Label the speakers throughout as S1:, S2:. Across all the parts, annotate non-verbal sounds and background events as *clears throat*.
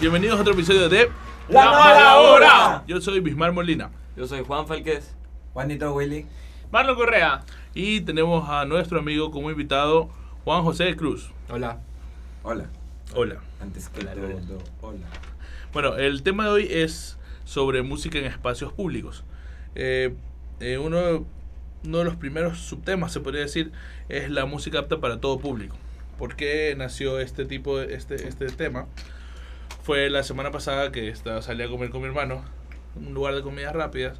S1: Bienvenidos a otro episodio de
S2: La Mala Hora.
S1: Yo soy Bismar Molina
S3: Yo soy Juan Falquez.
S2: Juanito Willy.
S4: Marlon Correa.
S1: y tenemos a nuestro amigo como invitado Juan José Cruz.
S3: Hola.
S2: Hola.
S1: Hola.
S2: Antes que
S3: Hola,
S2: todo,
S3: hola.
S2: hola.
S1: Bueno, el tema de hoy es sobre música en espacios públicos. Eh, eh, uno, uno de los primeros subtemas, se podría decir, es la música apta para todo público. ¿Por qué nació este tipo de, este, este tema? Fue la semana pasada que estaba, salí a comer con mi hermano, un lugar de comidas rápidas,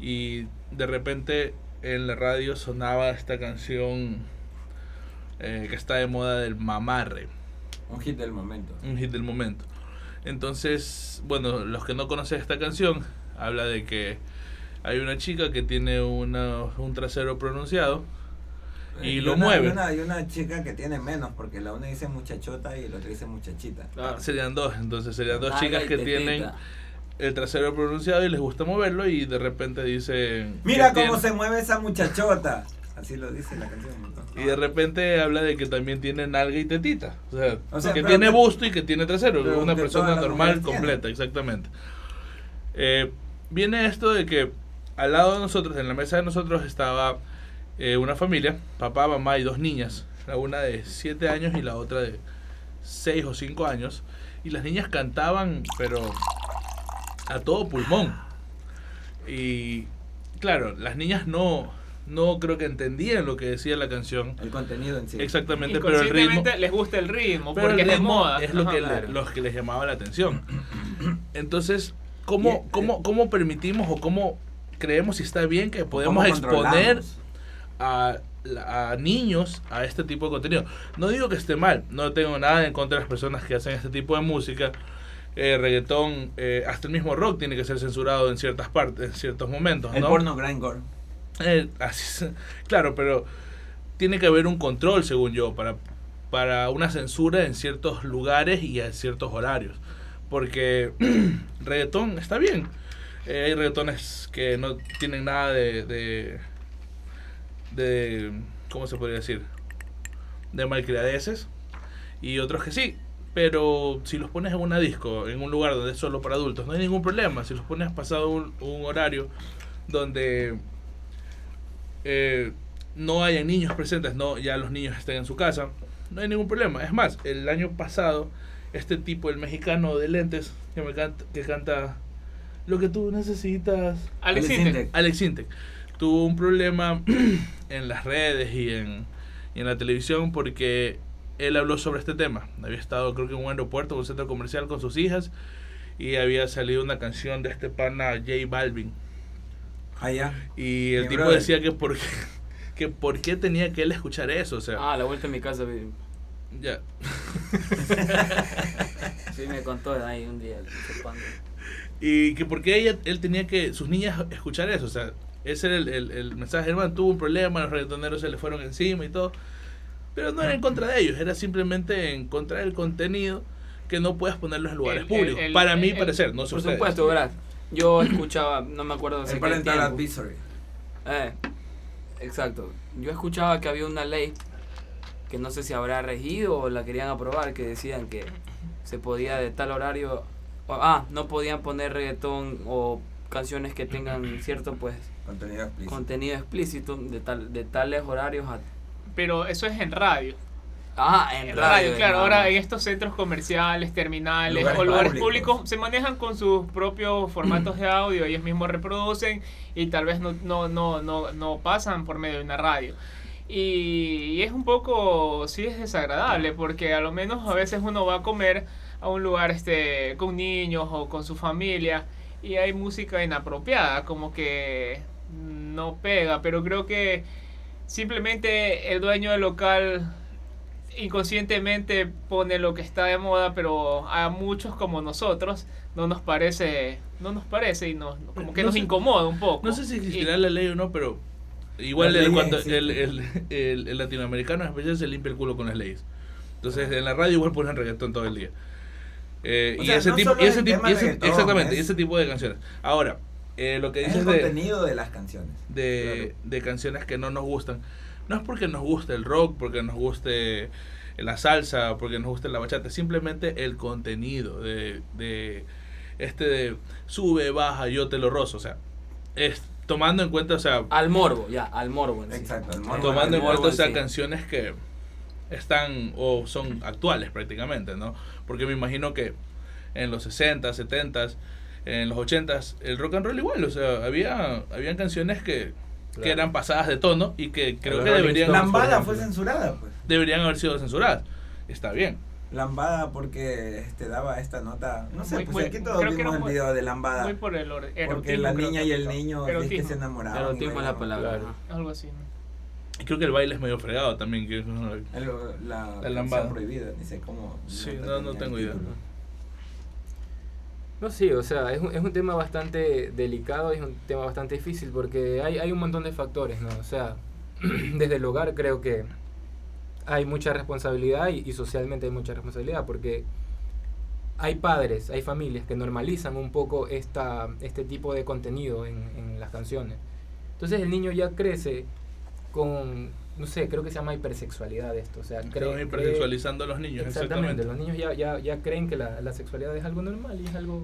S1: y de repente en la radio sonaba esta canción eh, que está de moda del mamarre
S2: Un hit del momento.
S1: un hit del momento. Entonces, bueno, los que no conocen esta canción, habla de que hay una chica que tiene una, un trasero pronunciado. Y lo
S2: una,
S1: mueve.
S2: Y una, y una chica que tiene menos, porque la una dice muchachota y la otra dice muchachita.
S1: Ah, Serían dos, entonces serían dos chicas que tienen el trasero pronunciado y les gusta moverlo y de repente dicen...
S2: Mira
S1: que
S2: cómo se
S1: tienen-
S2: mueve esa muchachota. Así lo dice la canción. ¿no?
S1: Y de repente habla de que también tiene nalga y tetita. O sea,
S2: O sea,
S1: que
S2: pero
S1: tiene
S2: que-
S1: busto y que tiene trasero.
S2: pero
S1: Una
S2: que
S1: persona
S2: todas las
S1: normal,
S2: mujeres
S1: completa,
S2: tienen.
S1: exactamente. Eh, viene esto de que al lado de nosotros, en la mesa de nosotros, estaba eh, una familia, papá, mamá y dos niñas. La una de 7 años y la otra de 6 o 5 años. Y las niñas cantaban, pero a todo pulmón. Y claro, las niñas no, no creo que entendían lo que decía la canción.
S2: Ah, El contenido en sí.
S1: Exactamente, pero el ritmo,
S4: Inconscientemente les gusta el ritmo,
S1: Este, pero
S4: porque
S1: el
S4: es de
S1: ritmo
S4: moda.
S1: es lo
S4: Ajá,
S1: que, le-
S4: claro.
S1: los que les llamaba la
S4: *clears throat*
S1: atención. Entonces,
S4: eh,
S1: ¿cómo,
S2: Y-
S1: cómo, cómo permitimos o cómo creemos si está bien que podemos
S2: ¿Cómo
S1: exponer
S2: controlamos?
S1: a, la- a niños a este tipo de contenido? No digo que esté mal, no tengo nada en contra de las personas que hacen este tipo de música. eh, reggaetón, eh, hasta el mismo rock tiene que ser censurado en ciertas partes, en ciertos momentos.
S2: El
S1: ¿no?
S2: porno grindcore.
S1: Eh, así es. claro, pero tiene que haber un control, según yo, para, para una censura en ciertos lugares y a ciertos horarios. Porque *clears throat* reggaetón está bien. Eh, hay reggaetones que no tienen nada de, de, de- ¿Cómo se podría decir? De malcriadeces. Y otros que sí. Pero si los pones en una disco, en un lugar donde es solo para adultos, no hay ningún problema. Si los pones pasado un- un horario donde eh, no hayan niños presentes, no ya los niños estén en su casa, no hay ningún problema. Es más, el año pasado, este tipo, el mexicano de lentes, que, me canta, que canta Lo que tú necesitas,
S4: Alex
S2: Alex
S4: Intec.
S2: Intec.
S1: Alex Intec, tuvo un problema *clears throat* en las redes y en, y en la televisión porque él habló sobre este tema. Había estado, creo que en un aeropuerto, en un centro comercial con sus hijas y había salido una canción de este pana J Balvin.
S2: Allá.
S1: Y el
S2: Mi
S1: tipo
S2: brother.
S1: decía que por qué, *laughs* que por qué tenía que él escuchar eso, o sea,
S3: Ah, la vuelta en mi casa. vi-
S1: ya.
S3: Sí, me contó ahí un día. ese pan.
S1: Y que por qué ella- él tenía que, sus niñas escuchar eso, o sea, ese era el, el, el mensaje, hermano, tuvo un problema, los reggaetoneros se le fueron encima y todo, pero no era en contra de ellos, era simplemente en contra del contenido que no puedes ponerlos en lugares
S4: El- el-
S1: públicos,
S4: el-
S1: para mi
S4: el-
S1: parecer, no sé
S3: Por
S1: ustedes.
S3: supuesto, verás. Yo escuchaba, no me acuerdo hace
S2: El
S3: qué
S2: parental
S3: tiempo.
S2: advisory.
S3: Eh, exacto. Yo escuchaba que había una ley que no sé si habrá regido o la querían aprobar, que decían que se podía de tal horario, o- ah, no podían poner reggaetón o canciones que tengan cierto pues
S2: Contenido explícito.
S3: contenido explícito de tal de tales horarios a,
S4: Pero eso es en radio.
S3: ah, en,
S4: En radio,
S3: radio,
S4: claro.
S3: nada
S4: Ahora
S3: más.
S4: en estos centros comerciales, terminales
S2: Lugares
S4: o lugares
S2: públicos.
S4: públicos. se manejan con sus propios formatos de audio, ellos mismos reproducen y tal vez no, no, no, no, no pasan por medio de una radio. Y, y es un poco, sí es desagradable, porque a lo menos a veces uno va a comer a un lugar este, con niños o con su familia y hay música inapropiada, como que no pega, pero creo que simplemente el dueño del local inconscientemente pone lo que está de moda, pero a muchos como nosotros no nos parece, no nos parece y nos, como que
S1: No
S4: nos
S1: sé-
S4: incomoda un poco.
S1: No sé si existirá
S4: Y-
S1: la ley o no, pero igual
S2: La
S1: el,
S2: ley
S1: cuando
S2: existe.
S1: el, el, el- el latinoamericano en especial se limpia el culo con las leyes. Entonces en la radio igual ponen reggaetón todo el día. Eh,
S2: O
S1: y,
S2: sea,
S1: ese
S2: no
S1: tipo,
S2: solo
S1: y ese
S2: el
S1: tipo,
S2: tema
S1: y ese-
S2: reggaetón,
S1: exactamente, y
S2: es-
S1: ese tipo de canciones. Ahora, eh, lo que
S2: Es el
S1: dices de,
S2: contenido de las canciones.
S1: de, de canciones que no nos gustan, no es porque nos guste el rock, porque nos guste la salsa, porque nos gusta la bachata, simplemente el contenido de, de este de sube, baja, yo te lo rozo, o sea, es tomando en cuenta, o sea,
S3: Al morbo, ya, al morbo. en sí.
S2: Exacto, al morbo.
S1: tomando en
S3: Morbo,
S1: cuenta, o sea,
S3: sí.
S1: canciones que están o son actuales prácticamente, ¿no? Porque me imagino que en los 60, 70, en los 80, el rock and roll igual, o sea, había habían canciones que, que
S5: Claro.
S1: eran pasadas de tono y que creo
S5: los
S1: que
S5: Rolling
S1: deberían,
S5: Stones.
S2: Lambada
S5: por
S2: fue
S5: ejemplo.
S2: censurada, pues.
S1: deberían haber sido censuradas. Está bien.
S2: Lambada porque este, daba esta nota. No sé,
S4: Muy-
S2: pues
S4: muy-
S2: aquí todos
S4: creo que
S2: vimos
S4: era
S2: el
S4: muy-
S2: video de Lambada.
S4: Muy por el or- erotismo.
S2: porque la
S4: creo
S2: niña
S4: que
S2: y el
S4: era.
S2: niño es que se
S4: Erotismo,
S2: enamoraban.
S3: Erotismo es la
S2: bailaban.
S3: palabra.
S5: Ah, Claro.
S4: Algo así. ¿no?
S1: Y creo que el baile es medio fregado también. Que, no,
S2: El- la canción
S1: lambada.
S2: prohibida, ni sé cómo.
S1: Sí,
S2: nota
S1: no- no
S2: tenía el
S1: tengo idea.
S2: título.
S5: No, sí, o sea, es un, es un tema bastante delicado y es un tema bastante difícil porque hay, hay un montón de factores, ¿no? O sea, *clears throat* desde el hogar creo que hay mucha responsabilidad y, y socialmente hay mucha responsabilidad porque hay padres, hay familias que normalizan un poco esta, este tipo de contenido en, en las canciones. Entonces el niño ya crece con, no sé, creo que se llama hipersexualidad esto, o sea,
S1: Estamos
S5: cree, cree-
S1: hipersexualizando a los niños,
S5: Eh, Exactamente,
S1: exactamente.
S5: los niños ya, ya, ya creen que la, la sexualidad es algo normal y es algo...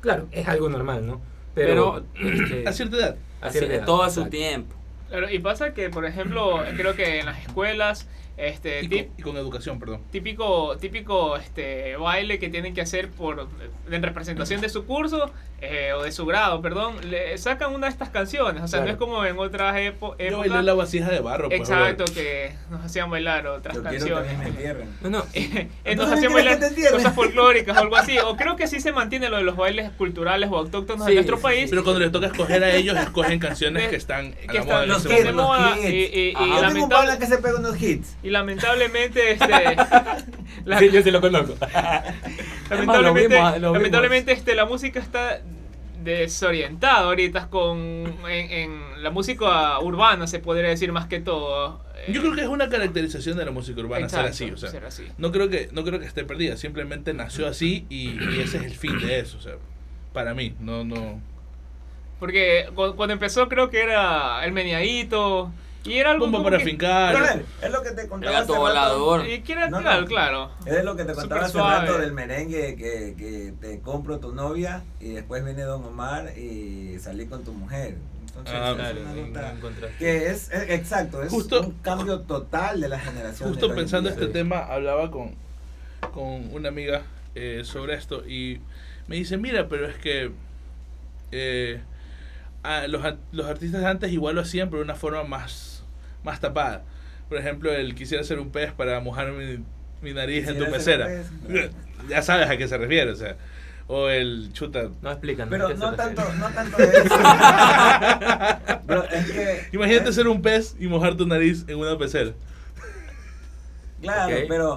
S5: Claro, es algo normal, ¿no?
S3: Pero,
S5: Pero,
S1: *clears throat*
S3: este,
S1: A cierta edad.
S5: así
S3: así-
S5: es,
S3: todo a su
S5: exacto.
S3: tiempo.
S4: Claro, y pasa que, por ejemplo, creo que en las escuelas,
S5: Eh,
S4: este,
S1: Y
S4: tip-
S1: con, y con educación, perdón.
S4: típico típico este baile que tienen que hacer por en representación de su curso eh, o de su grado perdón le sacan una de estas canciones o sea no
S5: Claro.
S4: es como en otras epo-
S1: Yo
S4: épocas
S1: bailé la vasija de barro. pues,
S4: exacto
S1: brother.
S4: que nos hacían bailar otras
S2: Yo quiero que me
S4: canciones
S2: entierren.
S5: No, no, es-
S4: *laughs* Eh, nos
S2: Entonces,
S4: hacían
S2: ¿quieres que
S4: bailar
S2: te entierren?
S4: cosas folclóricas o algo así o creo que sí se mantiene lo de los bailes culturales o autóctonos de
S5: Sí,
S4: nuestro
S5: sí,
S4: país
S1: Pero cuando les toca escoger a ellos, escogen canciones que están a
S4: que
S1: la
S4: están
S1: moda. en
S4: los
S1: ese
S4: que de
S1: momento.
S4: moda y,
S2: hits.
S4: y- y
S2: Yo
S3: Ajá.
S2: tengo un
S4: lamentable-
S2: pana que se pega unos hits.
S4: y lamentablemente este la-
S5: *laughs* sí, yo sí lo conozco.
S4: Lamentablemente,
S3: Además, lo vimos, lo vimos.
S4: lamentablemente este, la música está desorientada ahorita con en, en la música urbana se podría decir más que todo. Eh,
S1: Yo creo que es una caracterización de la música urbana ser
S4: exacto,
S1: así, o sea.
S4: ser así.
S1: No creo que no creo que esté perdida, simplemente nació así y, y ese es el fin de eso, o sea, para mí, no no
S4: Porque cu- cuando empezó creo que era el meneadito y era algo
S1: bomba
S4: como
S1: para
S4: que-
S1: fincar.
S2: Brother, es lo que te
S3: El
S2: contaba. hace
S3: gato
S2: rato.
S3: volador.
S4: Y que era
S2: No, no.
S4: claro, claro.
S2: Es lo que te
S4: Súper
S2: contaba hace
S4: suave.
S2: rato del merengue que, que te compro tu novia y después viene Don Omar y salí con tu mujer. Entonces,
S1: Ah,
S2: es
S5: Claro,
S2: una
S5: en-
S2: nota
S5: en contraste.
S2: que es, es- exacto, es
S1: Justo-
S2: un cambio total de la generación.
S1: Justo pensando este tema hablaba con con una amiga eh, sobre esto y me dice, "Mira, pero es que eh, a- los, ar- los artistas antes igual lo hacían pero de una forma más más tapada. Por ejemplo, el quisiera ser un pez para mojar mi, mi nariz en tu pecera. *laughs* ya sabes a qué se refiere, o sea. O el chuta.
S5: No explican.
S2: Pero
S5: ¿qué se
S2: no
S5: refiere? *laughs*
S2: tanto, no tanto de eso.
S1: *laughs*
S2: Bro, es que,
S1: Imagínate
S2: es-
S1: ser un pez y mojar tu nariz en una pecera.
S2: Claro,
S5: Ok.
S2: pero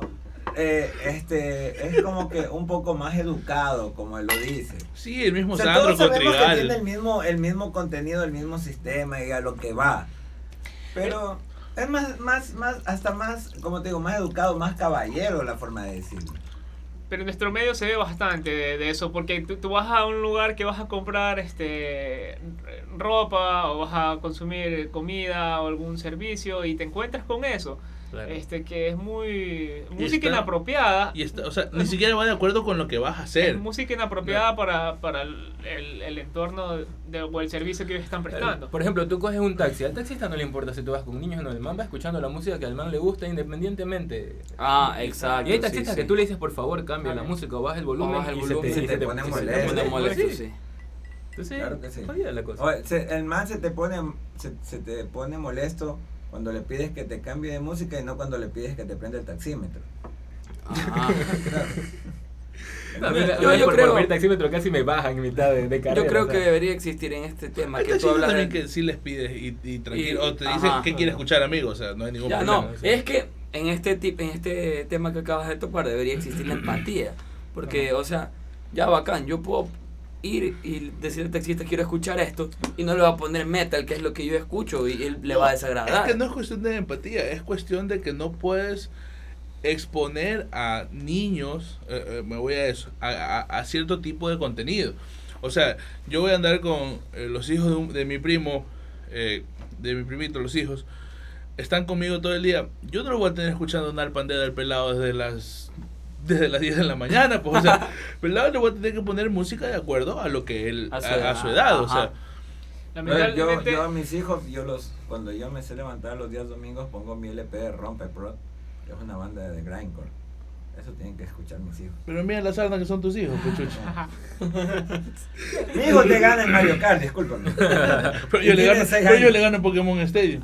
S2: eh, este es como que un poco más educado, como él lo dice.
S1: Sí, el mismo
S2: O sea,
S1: Sandro
S2: todos sabemos que tiene el
S1: Cotrigal.
S2: mismo, el mismo contenido, el mismo sistema y a lo que va. Pero
S1: Eh.
S2: es más, más, más, hasta más, como te digo, más educado, más caballero la forma de decirlo.
S4: Pero en nuestro medio se ve bastante de, de eso, porque tú, tú vas a un lugar que vas a comprar este r- ropa o vas a consumir comida o algún servicio y te encuentras con eso,
S5: Claro.
S4: este que es muy música
S1: está-
S4: inapropiada.
S1: Y está, o sea, ni siquiera va de acuerdo con lo que vas a
S4: Es
S1: hacer.
S4: música inapropiada para, para el, el- el entorno de- o el servicio que ellos están prestando.
S5: Por ejemplo, tú coges un taxi. Al taxista no le importa si tú vas con niños o no. El man va escuchando la música que al man le gusta independientemente.
S3: Ah, exacto.
S5: Y hay
S3: sí,
S5: taxistas
S3: sí.
S5: que tú
S1: Eh,
S5: le dices, por favor, cambia la
S4: Vale.
S5: música o baja el volumen.
S3: baja el
S5: y
S3: volumen.
S2: Y se te pone
S5: y
S3: Se
S2: molesto.
S3: pone molesto,
S5: Sí.
S3: sí.
S5: Entonces,
S2: Claro que sí.
S5: jodida la cosa.
S2: O se- el man se te pone, se, se te pone molesto cuando le pides que te cambie de música y no cuando le pides que te prenda el taxímetro.
S3: Ajá.
S5: A mí,
S3: Yo-
S5: a
S3: yo
S5: mí por,
S3: creo-
S5: por ver taxímetro casi me bajan en mitad de, de *laughs* carrera.
S3: Yo creo
S5: o
S3: que
S5: sea.
S3: debería existir en este tema
S1: Hay
S3: que tú
S1: taxistas
S3: hablas.
S1: también
S3: de-
S1: que sí les pides y, y tranquilo.
S5: Y-
S1: o te dicen
S3: ajá.
S1: qué quieres escuchar, amigo. O sea, no hay ningún
S3: Ya,
S1: problema.
S3: no,
S5: sí.
S3: es que en este, tip, en este tema que acabas de topar debería existir
S5: *clears throat*
S3: la empatía. Porque, o sea, ya bacán, yo puedo ir y decirle al taxista quiero escuchar esto y no le va a poner metal, que es lo que yo escucho y él le va a desagradar.
S1: Es que no es cuestión de empatía, es cuestión de que no puedes exponer a niños, eh, eh, me voy a eso, a, a- a cierto tipo de contenido. O sea, yo voy a andar con eh, los hijos de, un- de mi primo, eh, de mi primito, los hijos, están conmigo todo el día. Yo no lo voy a tener escuchando una pandera del pelado desde las desde las 10 de la mañana, pues, o
S3: *laughs*
S1: sea, pelado le voy a tener que poner música de acuerdo a lo que él a,
S3: A su
S1: a su
S3: edad,
S1: edad, o
S3: ajá.
S1: sea,
S2: No, Yo,
S4: Lamentablemente,
S2: yo a mis hijos, yo los, cuando yo me sé levantar los días domingos, pongo mi LP de Rompe Prod, que es una banda de grindcore. Eso tienen que escuchar mis hijos.
S1: pero mira las sarnas que son tus hijos, pues, chucha.
S2: Mi hijo te gana en Mario Kart, discúlpame.
S1: Pero
S2: Y
S1: yo le
S2: tiene
S1: gano,
S2: seis
S1: pero yo
S2: años.
S1: le gano en Pokémon Stadium.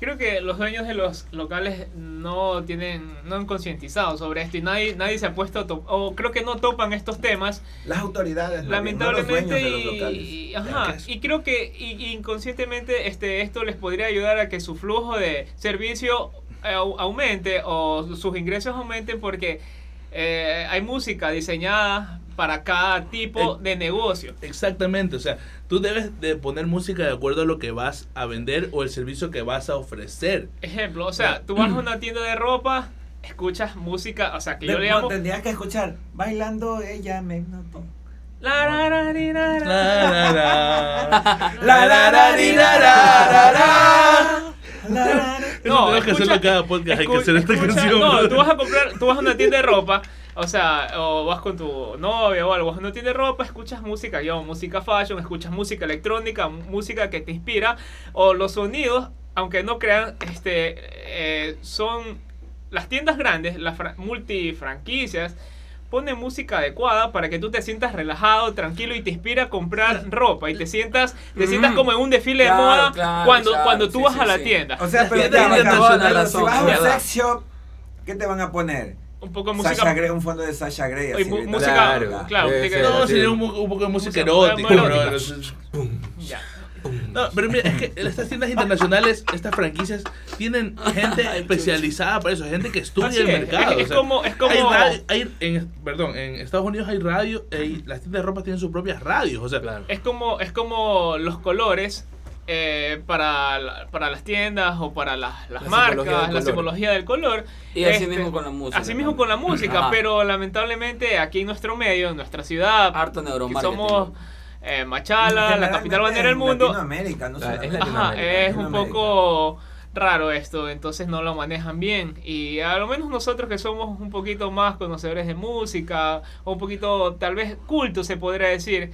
S4: creo que los dueños de los locales no tienen, no han concientizado sobre esto y nadie, nadie se ha puesto, a to- o creo que no topan estos temas
S2: Las autoridades, más bien, no los
S4: lamentablemente
S2: dueños de los locales.
S4: y, ajá, y creo que y- inconscientemente este esto les podría ayudar a que su flujo de servicio eh, au- aumente o sus ingresos aumenten porque eh, hay música diseñada para cada tipo
S1: Eh,
S4: de negocio
S1: Exactamente, o sea, tú debes de poner música de acuerdo a lo que vas a vender o el servicio que vas a ofrecer.
S4: ejemplo o
S2: eh,
S4: sea tú
S2: *clears throat*
S4: vas a una tienda de ropa escuchas música o sea que yo
S2: De-
S4: le
S2: no,
S4: llamo
S2: tendría que escuchar, bailando ella me
S4: *laughs*
S2: hipnotizó".
S4: La, ra, ra, ri, ra, ra.
S1: La, la, la.
S2: *laughs* La, la, la, ri, la, la, la, la. La, la, la.
S1: Eso tenemos que hacerlo cada *laughs* podcast, hay que
S4: escu-
S1: hacer esta
S4: escucha-
S1: canción,
S4: No,
S1: bro.
S4: tú vas a comprar, tú vas a una tienda de ropa, o sea, o vas con tu novia o algo, vas a una tienda de ropa, escuchas música, yo música fashion, escuchas música electrónica, m- música que te inspira, o los sonidos, aunque no crean, este, eh, son las tiendas grandes, las fra- multifranquicias, pone música adecuada para que tú te sientas relajado, tranquilo y te inspira a
S3: *laughs*
S4: comprar ropa y te sientas, te sientas
S3: Mm.
S4: como en un desfile
S3: Claro,
S4: de moda
S3: claro,
S4: cuando,
S3: claro,
S4: cuando tú
S3: sí,
S4: vas
S3: sí,
S4: a la
S3: sí.
S4: tienda.
S2: O sea, pero
S3: Las
S2: ya,
S3: tiendas
S2: bacán,
S3: son a
S2: pero
S3: las
S2: si vas a un
S3: once,
S2: sex shop, ¿qué te van a poner?
S4: Un poco de
S2: Sasha
S4: música
S2: Grey, un fondo de Sasha Grey.
S4: Oye,
S2: así,
S4: mu-
S2: ahorita.
S4: música,
S5: Claro,
S4: claro,
S5: debe
S4: te-
S1: *laughs*
S5: ser
S1: No,
S5: así.
S1: sería un, un poco de música
S4: Música muy
S1: erótica,
S4: erótica.
S1: bro.
S5: Pum.
S4: Ya.
S1: No, pero mira, es que estas tiendas internacionales, estas franquicias, tienen
S4: *laughs*
S1: gente especializada para eso, gente que estudia
S4: Así
S1: el
S4: es,
S1: mercado.
S4: es-
S1: o
S4: es
S1: sea,
S4: como- es como-
S1: hay ra- hay- en, perdón, en Estados Unidos hay radio, hay- las tiendas de ropa tienen sus propias radios, o sea,
S5: Claro.
S4: Es como, es como los colores eh, para, la- para las tiendas o para las, las
S5: La
S4: marcas,
S5: simbología del
S4: la
S5: color.
S4: simbología del color.
S3: Y así
S4: Este,
S3: mismo con la música.
S4: Así mismo con la música,
S3: Ajá.
S4: pero lamentablemente aquí en nuestro medio, en nuestra ciudad,
S3: Harto
S4: que
S3: neuromarketing.
S4: somos eh, Machala, la capital bandera del
S2: en
S4: mundo,
S2: Latinoamérica, no
S5: Ah, es
S2: solamente.
S4: Ajá,
S5: Latinoamérica,
S4: es un
S2: Latinoamérica.
S4: poco raro esto, entonces no lo manejan bien. Y a lo menos nosotros que somos un poquito más conocedores de música, o un poquito tal vez culto se podría decir,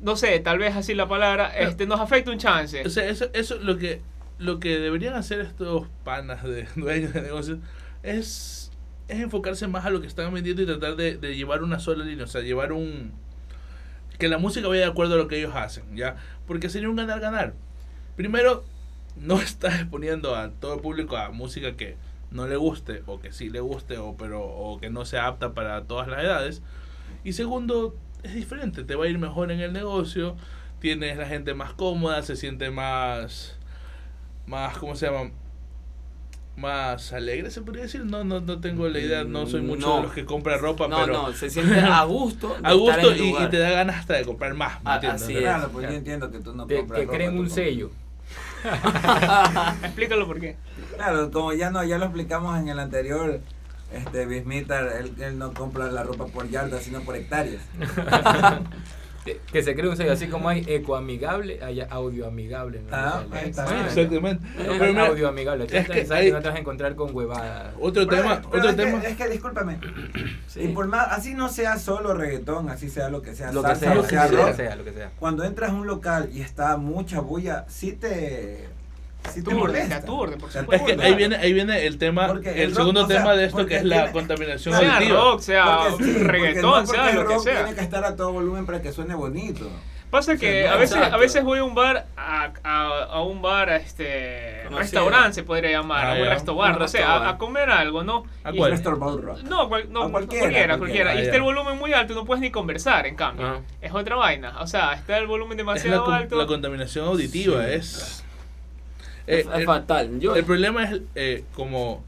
S4: no sé, tal vez así la palabra, este nos afecta un chance.
S1: O sea, eso, eso lo que lo que deberían hacer estos panas de *laughs* dueños de negocios es, es enfocarse más a lo que están vendiendo y tratar de, de llevar una sola línea, o sea, llevar un que la música vaya de acuerdo a lo que ellos hacen, ¿ya? Porque sería un ganar ganar. Primero, no estás exponiendo a todo el público a música que no le guste o que sí le guste o pero o que no sea apta para todas las edades. Y segundo, es diferente, te va a ir mejor en el negocio, tienes la gente más cómoda, se siente más, más, ¿cómo se llama? Más alegre, se podría decir. No, no, no tengo la idea, no soy mucho
S3: No.
S1: de los que compra ropa,
S3: No,
S1: pero
S3: no, se siente a gusto.
S1: *laughs*
S3: de
S1: a gusto
S3: estar en el
S1: y, y
S3: lugar.
S1: te da ganas hasta de comprar más, ¿me
S3: Ah,
S1: entiendes?
S3: así
S1: O sea,
S2: Claro, pues yo entiendo que tú no
S5: Te-
S2: compras
S5: que
S2: ropa,
S5: creen
S2: tú
S5: un
S2: compras-
S5: sello.
S4: Explícalo por qué.
S2: Claro, como ya no, ya lo explicamos en el anterior, este Bismita, él, él no compra la ropa por yardas, sino por hectáreas.
S5: Te- Que se cree un sello, así como hay ecoamigable, hay audioamigable. ¿no?
S2: Ah,
S5: Hay-
S2: ahí está.
S5: hay-
S2: Ah,
S1: Exactamente.
S5: hay
S1: Pero mira,
S5: audioamigable.
S1: es que
S5: Sabes que
S1: hay-
S5: no te vas a encontrar con huevadas.
S1: otro
S2: Pero-
S1: tema,
S2: pero
S1: otro
S2: es que-
S1: tema.
S2: es que discúlpame,
S3: Sí.
S2: y por más, así no sea solo reggaetón, así sea lo que sea,
S5: Lo que
S2: salsa,
S5: sea, lo que sea,
S2: rock,
S5: lo que sea, lo que sea.
S2: cuando entras a un local y está mucha bulla, sí te, sí te
S4: Aturde,
S2: molesta.
S4: te aturde, por
S2: Te
S1: Es
S4: supuesto.
S1: que
S2: aturde.
S1: ahí viene, ahí viene el tema,
S2: Porque el
S1: el
S2: rock,
S1: segundo
S2: o sea,
S1: tema de esto
S2: porque
S1: que es la
S2: tiene-
S1: contaminación
S4: sea
S1: auditiva.
S4: rock, sea
S2: Porque sí, porque
S4: reggaetón,
S2: no, porque
S4: sea
S2: el
S4: lo que
S2: rock
S4: sea.
S2: Tiene que estar a todo volumen para que suene bonito.
S4: Pasa que
S3: Sí,
S4: a veces, a
S3: exacto.
S4: veces voy a un bar, a, a, a un bar, a este,
S3: Conocido.
S4: restaurante se podría llamar,
S1: Ah,
S4: a un
S1: ya.
S4: resto bar,
S3: Un
S4: no sé,
S3: resto bar.
S4: a, a comer algo, ¿no?
S1: ¿A
S4: Y-
S1: cuál?
S2: Mr. Bowl Rock.
S4: No, cual- no,
S2: A cualquiera,
S4: cualquiera, cualquiera,
S2: cualquiera.
S4: Y
S1: Ah,
S4: está
S1: ya.
S4: el volumen muy alto, no puedes ni conversar, en cambio.
S5: Ajá.
S4: Es otra vaina. O sea, está el volumen
S1: Es la,
S4: demasiado
S1: con-
S4: alto.
S1: la contaminación auditiva, es... eh,
S3: es, es
S1: el-
S3: fatal. Yo,
S1: El problema es eh, como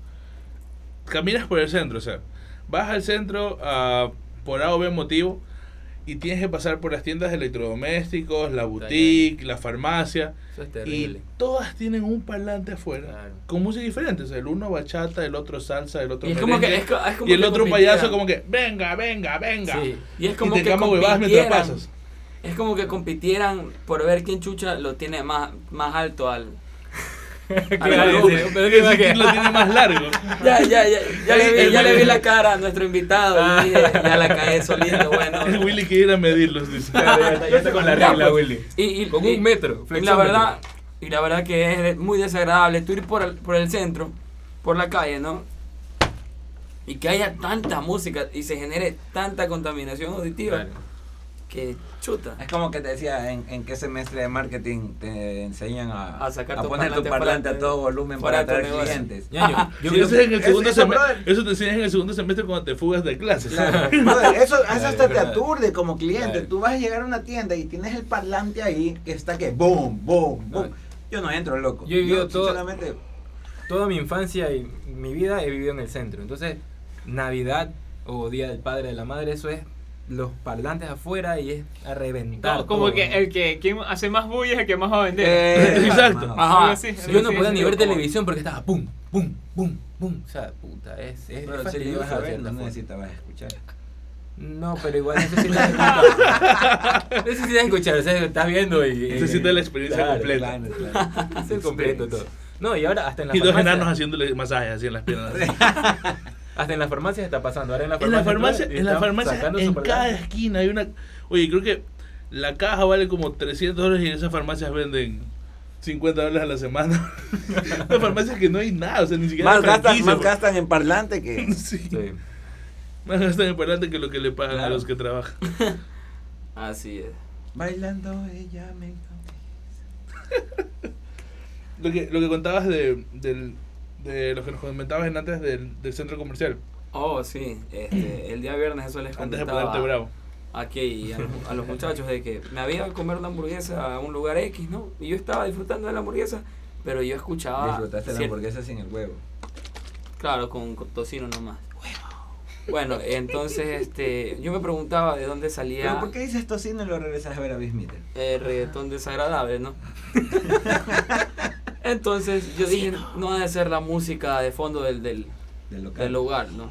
S1: caminas por el centro, o sea, vas al centro ah, por A o B motivo y tienes que pasar por las tiendas de electrodomésticos, la boutique, la farmacia
S5: Eso es
S1: y
S5: terrible.
S1: todas tienen un parlante afuera
S5: Claro.
S1: con música diferente, o sea, el uno bachata, el otro salsa, el otro
S3: y es como que.
S1: merengue,
S3: Es, co- es como
S1: y el
S3: que
S1: otro
S3: compitieran.
S1: payaso como que venga, venga, venga.
S5: Sí.
S3: Y es como
S1: y te
S3: que.
S1: cama huevadas mientras
S3: compitieran. *laughs*
S1: pasas. *laughs*
S3: Es como que compitieran por ver quién chucha lo tiene más, más alto al.
S5: Claro,
S3: Algo.
S5: sí, pero que
S1: Ese
S5: va que-
S1: título tiene más largo.
S3: Ya, ya, ya, ya, le vi,
S1: El
S3: ya le vi
S1: Willy.
S3: la cara a nuestro invitado. Y dije, ya la cae solito, bueno.
S1: *laughs* El Willy quiere ir a medirlos, dice.
S5: Claro, ya está- ya está con la
S3: Ya,
S5: regla,
S3: pues.
S5: Willy.
S3: Y, y-
S5: Con
S3: y-
S5: un
S3: Y
S5: metro.
S3: la
S5: flexómetro.
S3: verdad, y la verdad que es de- muy desagradable tú ir por el, por el centro, por la calle, ¿no? Y que haya tanta música y se genere tanta contaminación auditiva
S5: Claro.
S3: que chuta.
S2: Es como que te decía, en, en qué semestre de marketing te enseñan a,
S3: A sacar tu
S2: poner
S3: parlante
S2: tu parlante
S3: para-
S2: a todo volumen para,
S3: para tu
S2: atraer
S3: negocio.
S2: clientes.
S5: Ñaño, yo
S1: Sí,
S5: creo
S1: eso,
S5: que-
S1: es en el
S2: Eso-
S1: segundo
S2: eso,
S1: seme-
S2: brother.
S1: eso te enseñan en el segundo semestre cuando te fugas de clases. *laughs*
S2: Claro. *laughs* Brother, eso, eso
S5: Claro,
S2: hasta te
S5: claro.
S2: aturde como cliente.
S5: Claro.
S2: Tú vas a llegar a una tienda y tienes el parlante ahí que está que boom, boom, boom.
S5: Claro.
S2: Yo no entro, loco.
S5: Yo he vivido todo-
S2: Sinceramente,
S5: toda mi infancia y mi vida he vivido en el centro. Entonces, Navidad o Día del Padre de la Madre, eso es los parlantes afuera y es a reventar.
S4: Como, como
S5: todo.
S4: que el que quien hace más bulla es el que más va a vender.
S2: eh,
S1: Exacto.
S2: hermano.
S3: Ajá.
S4: Algo así, algo
S5: Yo no
S4: así,
S5: podía
S4: sí,
S5: ni ver
S4: como-
S5: televisión porque estaba pum, pum, pum, pum. O sea, puta, es. es
S2: Pero
S5: es
S2: si le ibas
S5: fastidioso
S2: a
S5: de
S2: ver,
S5: cierta
S2: no
S5: forma.
S2: necesitabas escuchar.
S5: No, pero igual necesitas
S1: *laughs*
S5: escuchar. necesitas escuchar, o sea, estás viendo y.
S1: Necesitas la experiencia completa.
S2: Claro, claro. *laughs*
S5: Es el completo todo. No, y ahora hasta en la
S1: Y dos
S5: farmacia-
S1: enanos haciéndole masajes así en las piernas.
S5: Hasta en las farmacias está pasando. Ahora en la
S1: En la
S5: farmacia.
S1: farmacia, en, la farmacia, en cada
S5: cada
S1: esquina hay una... Oye, creo que la caja vale como 300 dólares y en esas farmacias venden 50 dólares a la semana. *laughs* Las farmacias que no hay nada, o sea, ni siquiera...
S2: Más
S1: hay
S2: gastan,
S1: franquicia, pues.
S2: más gastan en parlante
S1: *laughs*
S2: que.
S1: Sí.
S5: Sí.
S1: Más gastan en parlante que lo que le pagan a
S2: Claro.
S1: los que trabajan.
S3: Así es.
S2: *laughs* Bailando ella me.
S1: Lo que, lo que contabas de, del- de lo que nos comentabas en antes del, del centro comercial,
S3: Oh, sí, este, el día viernes eso les
S1: antes de
S3: comentaba
S1: ponerte bravo.
S3: aquí y a, los- a los muchachos de que me había ido a comer una hamburguesa a un lugar X, ¿no? Y yo estaba disfrutando de la hamburguesa, pero yo escuchaba...
S2: Disfrutaste la
S3: cier-
S2: hamburguesa sin el huevo.
S3: Claro, con, con tocino nomás. Bueno, entonces este, yo me preguntaba de dónde
S2: ¿Pero
S3: salía
S2: por qué dices tocino y lo regresas a ver a Bismiter?
S3: el reggaetón
S2: *laughs*
S3: desagradable, ¿no? Entonces yo dije, no ha de ser la música de fondo del, del,
S2: Del local.
S3: del lugar, ¿no?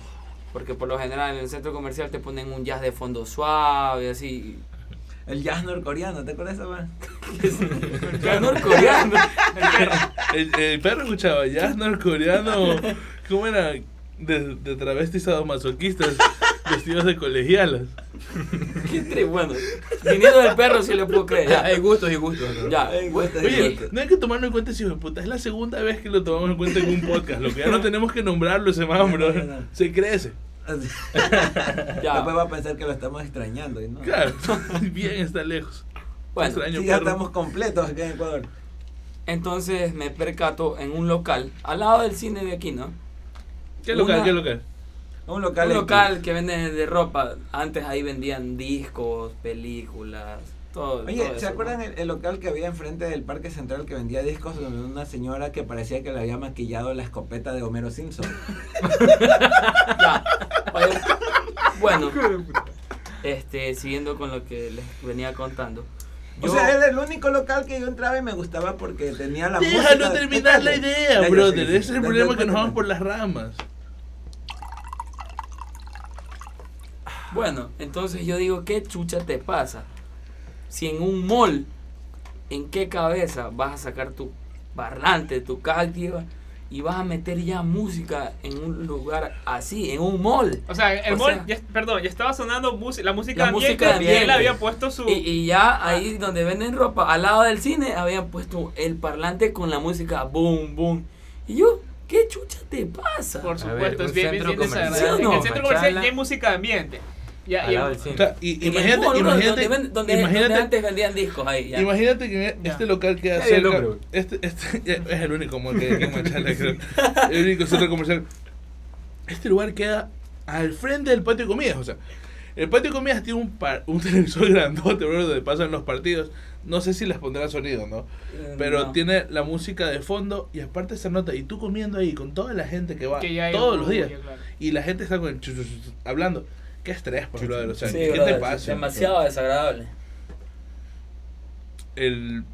S3: Porque por lo general en el centro comercial te ponen un jazz de fondo suave, así.
S2: El jazz norcoreano, ¿te acuerdas de esa *laughs* vaina?
S3: Jazz norcoreano.
S1: *laughs* El, el perro escuchaba jazz norcoreano, ¿cómo era? De, de travestis sadomasoquistas, *laughs* vestidos de colegialas.
S3: *laughs* Qué tri- bueno, viniendo del perro si le puedo creer.
S5: Ya,
S3: Ya,
S5: hay gustos y gustos. ¿no?
S3: ya.
S2: Ay,
S3: bueno,
S2: gusta,
S1: Oye,
S2: gusta.
S1: no hay que tomarlo en cuenta, hijo de puta. Es la segunda vez que lo tomamos en cuenta en un podcast. Lo que ya no tenemos que nombrarlo ese man, bro. Se crece.
S3: Ya.
S2: Después va a pensar que lo estamos extrañando. Y no.
S1: Claro, *laughs* bien está lejos.
S3: bueno.
S1: Extraño,
S2: Sí, ya
S1: perro.
S2: estamos completos acá en Ecuador.
S3: Entonces me percato en un local, al lado del cine de aquí, ¿no?
S1: ¿Qué local?
S3: Una-
S1: ¿Qué local?
S2: Un local.
S3: un
S2: X.
S3: local que vende de ropa. Antes ahí vendían discos, películas, todo. todo
S2: Oye, ¿se
S3: eso,
S2: acuerdan
S3: ¿no?
S2: el, el local que había enfrente del Parque Central que vendía discos donde una señora que parecía que le había maquillado la escopeta de Homero
S1: *laughs*
S2: Simpson?
S3: Ya. Oye,
S2: *laughs*
S3: bueno, este, siguiendo con lo que les venía contando.
S2: O
S3: Yo-
S2: sea, era el único local que yo entraba y me gustaba porque tenía la música.
S1: Déjanos terminar la idea,
S2: Ya, ya, sí,
S1: brother.
S2: sí.
S1: Ese es el
S2: Dale,
S1: problema
S2: dale,
S1: que nos
S2: dale.
S1: vamos por las ramas.
S3: Bueno, entonces yo digo, ¿qué chucha te pasa? Si en un mall, ¿en qué cabeza vas a sacar tu parlante, tu caja activa y vas a meter ya música en un lugar así, en un mall?
S4: O sea, el
S3: O
S4: mall,
S3: sea-
S4: ya- perdón, ya estaba sonando música, la música
S3: La
S4: de ambiente,
S3: música de
S4: y él
S3: ambiente.
S4: había puesto su...
S3: Y, y ya ahí donde venden ropa, al lado del cine, habían puesto el parlante con la música boom, boom. Y yo, ¿qué chucha te pasa?
S4: Por
S5: A ver,
S4: supuesto,
S5: un
S4: es bien, bien,
S5: centro
S4: bien
S5: comercial,
S4: desagradable. En
S3: ¿no?
S4: el centro comercial
S5: Machala.
S4: ya hay música de ambiente. Ya,
S5: Al
S4: ya-
S5: lado del cine.
S1: O sea, y-
S3: En el
S1: imagínate,
S3: mall, bro,
S1: imagínate,
S3: donde, ven- donde- donde
S1: imagínate,
S3: antes vendían discos ahí. ya.
S1: Imagínate que
S4: Ya.
S1: este local queda
S5: Ya, ya lo
S1: cerca.
S5: logro.
S1: Este, este, *laughs* ya, es el único mall que hay aquí en Machala, creo. El único centro comercial. Este lugar queda al frente del patio de comidas. O sea, el patio de comidas tiene un, par- un *laughs* televisor grandote, bro, donde pasan los partidos. No sé si les pondrá sonido, ¿no?
S3: Eh,
S1: Pero
S3: no.
S1: tiene la música de fondo y aparte esa nota. Y tú comiendo ahí con toda la gente que va
S4: que ya hay
S1: todos los
S4: orgullo,
S1: días.
S4: claro.
S1: Y la gente está con el chu- chu- chu- chu- hablando. Qué estrés, pues, por lo de los
S3: Sí,
S1: ¿Qué
S3: brother,
S1: te pasa?
S3: Demasiado desagradable.
S1: el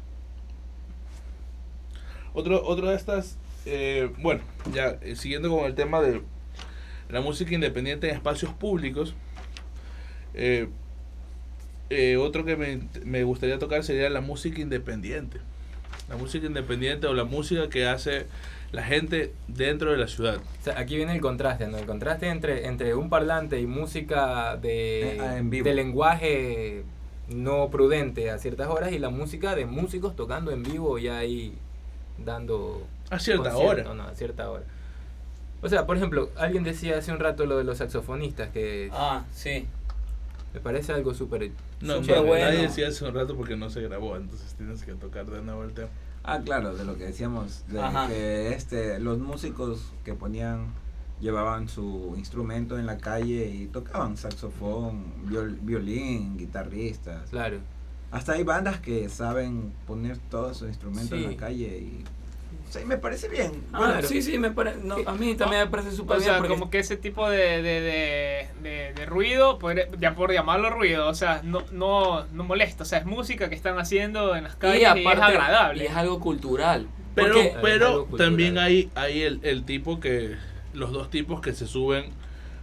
S1: otro otro de estas eh, bueno ya eh, siguiendo con el tema de la música independiente en espacios públicos eh, eh, otro que me, me gustaría tocar sería la música independiente La música independiente o la música que hace la gente dentro de la ciudad.
S5: O sea, aquí viene el contraste, ¿no? El contraste entre, entre un parlante y música de,
S2: Eh, ah, en vivo.
S5: de lenguaje no prudente a ciertas horas y la música de músicos tocando en vivo y ahí dando...
S1: A cierta
S5: concierto,
S1: hora.
S5: No, a cierta hora. O sea, por ejemplo, alguien decía hace un rato lo de los saxofonistas, que
S3: Ah, sí.
S5: me parece algo súper...
S1: No,
S3: Súper
S1: pero
S3: bueno.
S1: nadie decía hace un rato porque no se grabó, entonces tienes que tocar de nuevo el tema.
S2: Ah, claro, de lo que decíamos, de
S3: Ajá.
S2: que este, los músicos que ponían, llevaban su instrumento en la calle y tocaban saxofón, viol- violín, guitarristas.
S5: Claro.
S2: Hasta hay bandas que saben poner todos sus instrumentos en
S3: Sí.
S2: la calle y... Sí, me parece bien.
S3: Ah,
S5: Bueno,
S3: sí, sí, me parece. a mí también me parece súper
S4: O
S3: bien.
S4: sea,
S3: porque
S4: como que ese tipo de, de, de, de- de ruido, podría- ya por llamarlo ruido, o sea, no, no, no molesta, o sea, es música que están haciendo en las calles y, es agradable.
S3: y es algo cultural.
S1: Pero,
S3: Porque-
S1: pero
S5: Algo cultural.
S1: también hay, hay el, el tipo que, los dos tipos que se suben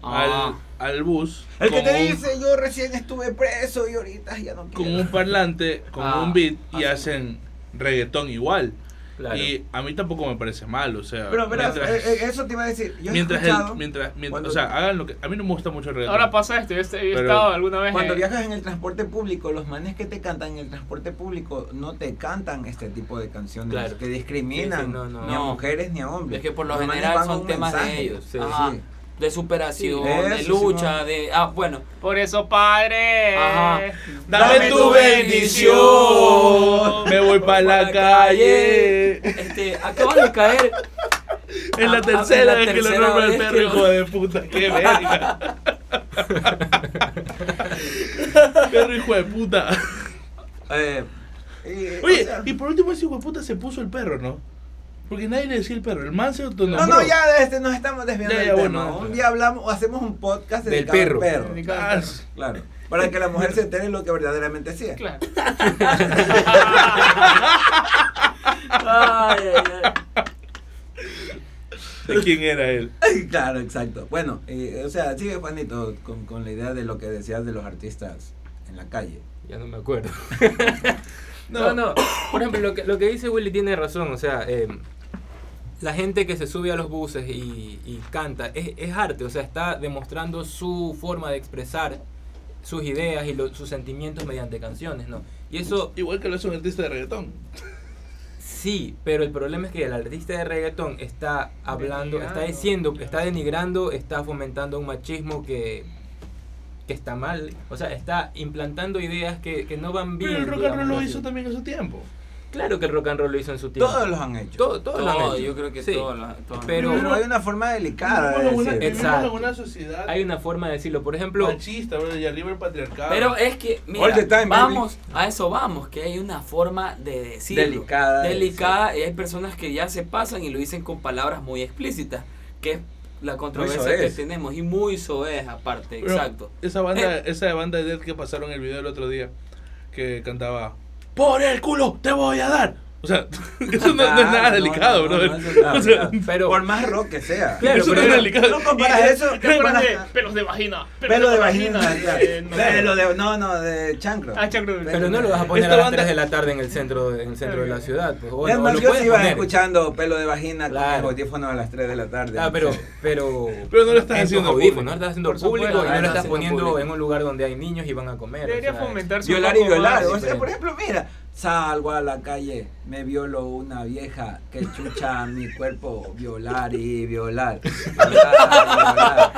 S3: Ah.
S1: al, al bus.
S2: El que
S1: con
S2: te
S1: un-
S2: dice, yo recién estuve preso y ahorita ya no
S1: con
S2: quiero.
S1: un parlante, con
S3: Ah,
S1: un beat y
S3: hacen-
S1: hacen reggaetón igual.
S5: Claro.
S1: Y a mí tampoco me parece mal, o sea,
S2: Pero verás,
S1: mientras,
S2: eh, eh, eso te iba a decir. Yo he
S1: mientras, el-
S2: escuchado-
S1: mientras, mientras-
S2: cuando-
S1: o sea, hagan lo que a mí no me gusta mucho el reggaetón.
S4: Ahora pasa esto, yo, estoy- yo he
S1: Pero-
S4: estado alguna vez... eh,
S2: Cuando
S4: en-
S2: viajas en el transporte público, los manes que te cantan en el transporte público no te cantan este tipo de canciones
S5: Claro.
S2: que discriminan
S5: Sí, sí, no, no.
S2: ni a
S3: No.
S2: mujeres ni a hombres.
S3: Es que por lo
S2: Los manes
S3: general
S2: van a
S3: son
S2: un
S3: temas de
S2: mensaje.
S3: ellos.
S5: Sí,
S3: Ajá.
S2: sí.
S3: De superación,
S2: Sí,
S3: de
S2: eso sí,
S3: lucha,
S2: no.
S3: de. Ah, bueno.
S4: Por eso, padre.
S3: Ajá.
S1: Dame tu bendición, me voy para la calle.
S3: Este, acabas de caer.
S1: Es la
S3: Ah,
S1: tercera
S3: ah,
S1: vez que lo
S3: tercera
S1: nombra el
S3: vez
S1: perro,
S3: que-
S1: hijo de puta. Qué *laughs* verga. perro, hijo de puta.
S2: Eh, eh, o
S1: Oye,
S2: sea,
S1: y por último ese hijo de puta se puso el perro, ¿no? Porque nadie le decía el perro, el man se
S2: no,
S1: autonombró. Ah,
S2: no, ya este, nos estamos desviando
S1: Ya,
S2: del
S1: ya,
S2: tema.
S1: bueno.
S2: un día hablamos o hacemos un podcast
S5: Del
S2: dedicado al
S5: perro.
S2: perro.
S4: Dedicado
S1: Ah,
S4: al
S1: sí.
S2: Claro. Para que la mujer se entere lo que verdaderamente hacía.
S4: perro.
S2: *laughs*
S4: Claro.
S3: Ay, ay, ay.
S1: ¿De quién era él?
S2: Claro, exacto. Bueno, eh, o sea, sigue Juanito con, con la idea de lo que decías de los artistas en la calle.
S5: Ya no me acuerdo. no, no. Por ejemplo, lo que, lo que dice Willy tiene razón. O sea, eh, la gente que se sube a los buses y, y canta es, es arte. O sea, está demostrando su forma de expresar sus ideas y lo- sus sentimientos mediante canciones, ¿no? Y eso
S1: Igual que lo hace un artista de reggaetón.
S5: sí, pero el problema es que el artista de reggaetón está hablando, está
S4: Denigrando.
S5: diciendo, está denigrando, está fomentando un machismo que que está mal, o sea, está implantando ideas que, que no van bien.
S1: Pero el rock and roll
S5: digámoslo
S1: lo
S5: así.
S1: hizo también en su tiempo.
S5: Claro que el rock and roll lo hizo en su tiempo.
S2: Todos los han hecho.
S5: Todo, todo lo han
S3: Todo,
S5: hecho.
S3: yo creo que
S5: Sí.
S3: todo lo- todo.
S5: Pero-
S2: Pero, hay una forma delicada de
S1: Vivimos en una-
S2: decirlo.
S5: Exacto.
S1: vivimos en una sociedad
S5: Hay una forma de decirlo. Por ejemplo,
S1: machista, bro, y arriba el patriarcado.
S3: Pero es que, mira,
S2: All the time,
S3: vamos, a eso vamos, que hay una forma de decirlo.
S2: Delicada de
S3: Delicada, y hay personas que ya se pasan y lo dicen con palabras muy explícitas, que es la controversia que
S2: soez.
S3: tenemos, y muy soez aparte,
S1: Bro,
S3: exacto.
S1: Esa banda, esa banda de Dead que pasaron el video el otro día, que cantaba Por el culo te voy a dar. O sea, *laughs* eso no, no es
S2: Ah,
S1: nada
S2: no,
S1: delicado,
S2: no,
S1: bro.
S2: no, eso es nada
S1: O sea,
S2: delicado.
S5: pero-
S2: por más rock que sea.
S5: Claro,
S1: eso
S5: pero-
S1: no es delicado.
S2: No comparas
S1: Y-
S2: eso.
S4: ¿Te acuerdas
S2: comparas
S4: de pelos de vagina? Pelos
S2: pelo de vagina. claro.
S4: eh, no.
S2: Pelo de no, no, de chancro.
S4: Ah, chancro. Pero
S5: pero no lo vas a poner
S1: Esta
S5: a las
S1: banda-
S5: 3 de la tarde en el centro, de- en el centro de la ciudad. Pues, o,
S2: Es
S5: no,
S2: más,
S5: lo
S2: yo
S5: puedes
S2: sí iba
S5: poner.
S2: escuchando pelo de vagina
S5: Claro.
S2: con los audífonos a las 3 de la tarde.
S5: Ah, pero, pero,
S1: Pero no lo estás
S5: en
S1: haciendo
S5: tus
S1: público.
S5: audífonos, no lo estás haciendo
S4: Por supuesto,
S5: público y
S3: ah,
S5: no
S3: no
S5: lo estás
S3: haciendo
S5: poniendo
S3: público.
S5: en un lugar donde hay niños y van a comer. o
S4: Debería
S5: sea,
S4: fomentarse un
S2: Violar y
S4: poco más.
S2: violar. O sea,
S5: diferente.
S2: por ejemplo, mira, salgo a la calle, me violó una vieja que chucha mi cuerpo, violar y violar. violar, y violar.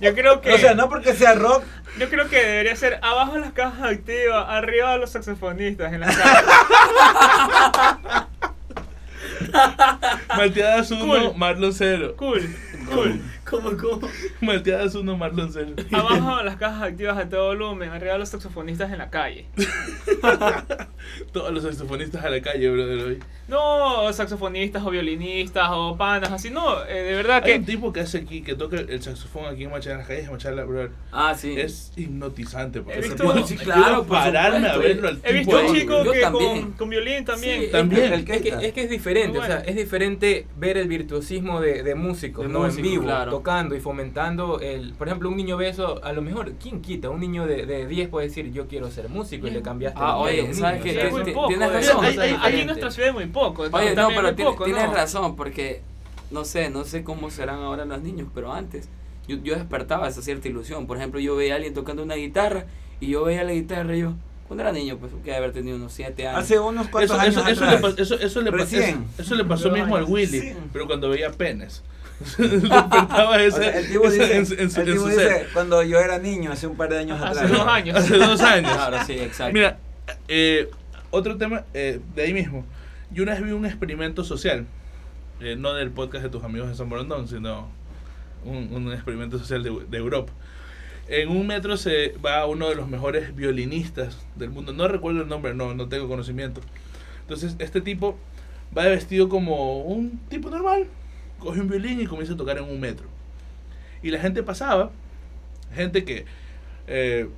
S4: Yo creo que...
S2: O sea, no porque sea rock,
S4: Yo creo que debería ser abajo las cajas activas, arriba de los saxofonistas en la calle.
S2: *laughs*
S1: *laughs* Malteadas 1,
S4: Cool.
S1: Marlon 0.
S4: Cool, cool.
S3: ¿Cómo,
S1: *laughs*
S3: cómo?
S1: Malteadas 1, Marlon 0.
S4: Abajo las cajas activas a todo volumen, arriba de los saxofonistas en la calle.
S1: *laughs* Todos los saxofonistas a la calle, brother. hoy.
S4: No saxofonistas o violinistas o panas, así no, eh, de verdad
S1: Hay
S4: que...
S1: un tipo que hace aquí, que toca el saxofón aquí en Machala, en las calles de Machala, brother.
S3: Ah, sí.
S1: Es hipnotizante. porque
S4: He
S1: ese *laughs*
S4: visto-
S1: tipo-
S4: sí,
S1: quiero
S3: claro, por
S1: pararme a
S3: supuesto.
S1: verlo al tipo
S4: He visto
S1: ahí.
S4: un chico
S3: Yo
S4: que
S3: también.
S4: con, con violín también.
S5: Sí,
S1: También.
S5: Es que, es que- es que es
S4: Muy
S5: diferente, o sea,
S4: bueno.
S5: es diferente ver el virtuosismo de, de músicos,
S3: De
S5: ¿no? en
S3: músicos,
S5: vivo,
S3: claro.
S5: tocando y fomentando el, por ejemplo, un niño beso, a lo mejor, ¿quién quita? Un niño de, de 10 puede decir, yo quiero ser músico y le cambiaste
S3: Ah,
S5: la vida
S3: oye,
S5: a un
S3: ¿sabes
S5: niño,
S3: qué?
S5: o sea,
S4: Es muy muy
S3: Ti-
S4: poco.
S3: tienes
S4: de- hay-
S3: razón.
S4: hay-
S3: Diferente.
S4: Aquí en nuestra ciudad es muy poco.
S3: Oye,
S4: también
S3: no,
S4: es
S3: pero
S4: muy
S3: ti-
S4: poco,
S3: tienes
S4: ¿no?
S3: razón, porque no sé, no sé cómo serán ahora los niños, pero antes yo, yo despertaba esa cierta ilusión. Por ejemplo, yo veía a alguien tocando una guitarra y yo veía la guitarra y yo, cuando era niño, pues que haber tenido unos 7 años.
S2: Hace unos cuantos
S1: Eso,
S2: años
S1: eso, eso, le,
S2: atrás.
S1: pa- eso, eso le pa-
S2: Recién.
S1: eso- eso le pasó
S4: Dos
S1: mismo al
S4: años.
S1: Willy,
S2: Sí.
S1: pero cuando veía penes. *laughs* Despertaba
S2: O sea,
S1: ese,
S2: el tipo
S1: ese
S2: dice,
S1: en, su- en su-
S2: el
S1: en
S2: tipo
S1: su
S2: dice,
S1: ser.
S2: cuando yo era niño, hace un par de años
S4: Hace
S2: atrás.
S4: dos años.
S1: Hace dos años.
S3: Claro, sí, exacto.
S1: Mira, eh, otro tema eh, de ahí mismo. Yo una vez vi un experimento social, eh, no del podcast de tus amigos de San Borondón, sino un, un experimento social de, de Europa. En un metro se va uno de los mejores violinistas del mundo. No recuerdo el nombre, no, no tengo conocimiento. Entonces, este tipo va vestido como un tipo normal. Coge un violín y comienza a tocar en un metro. Y la gente pasaba, gente que eh,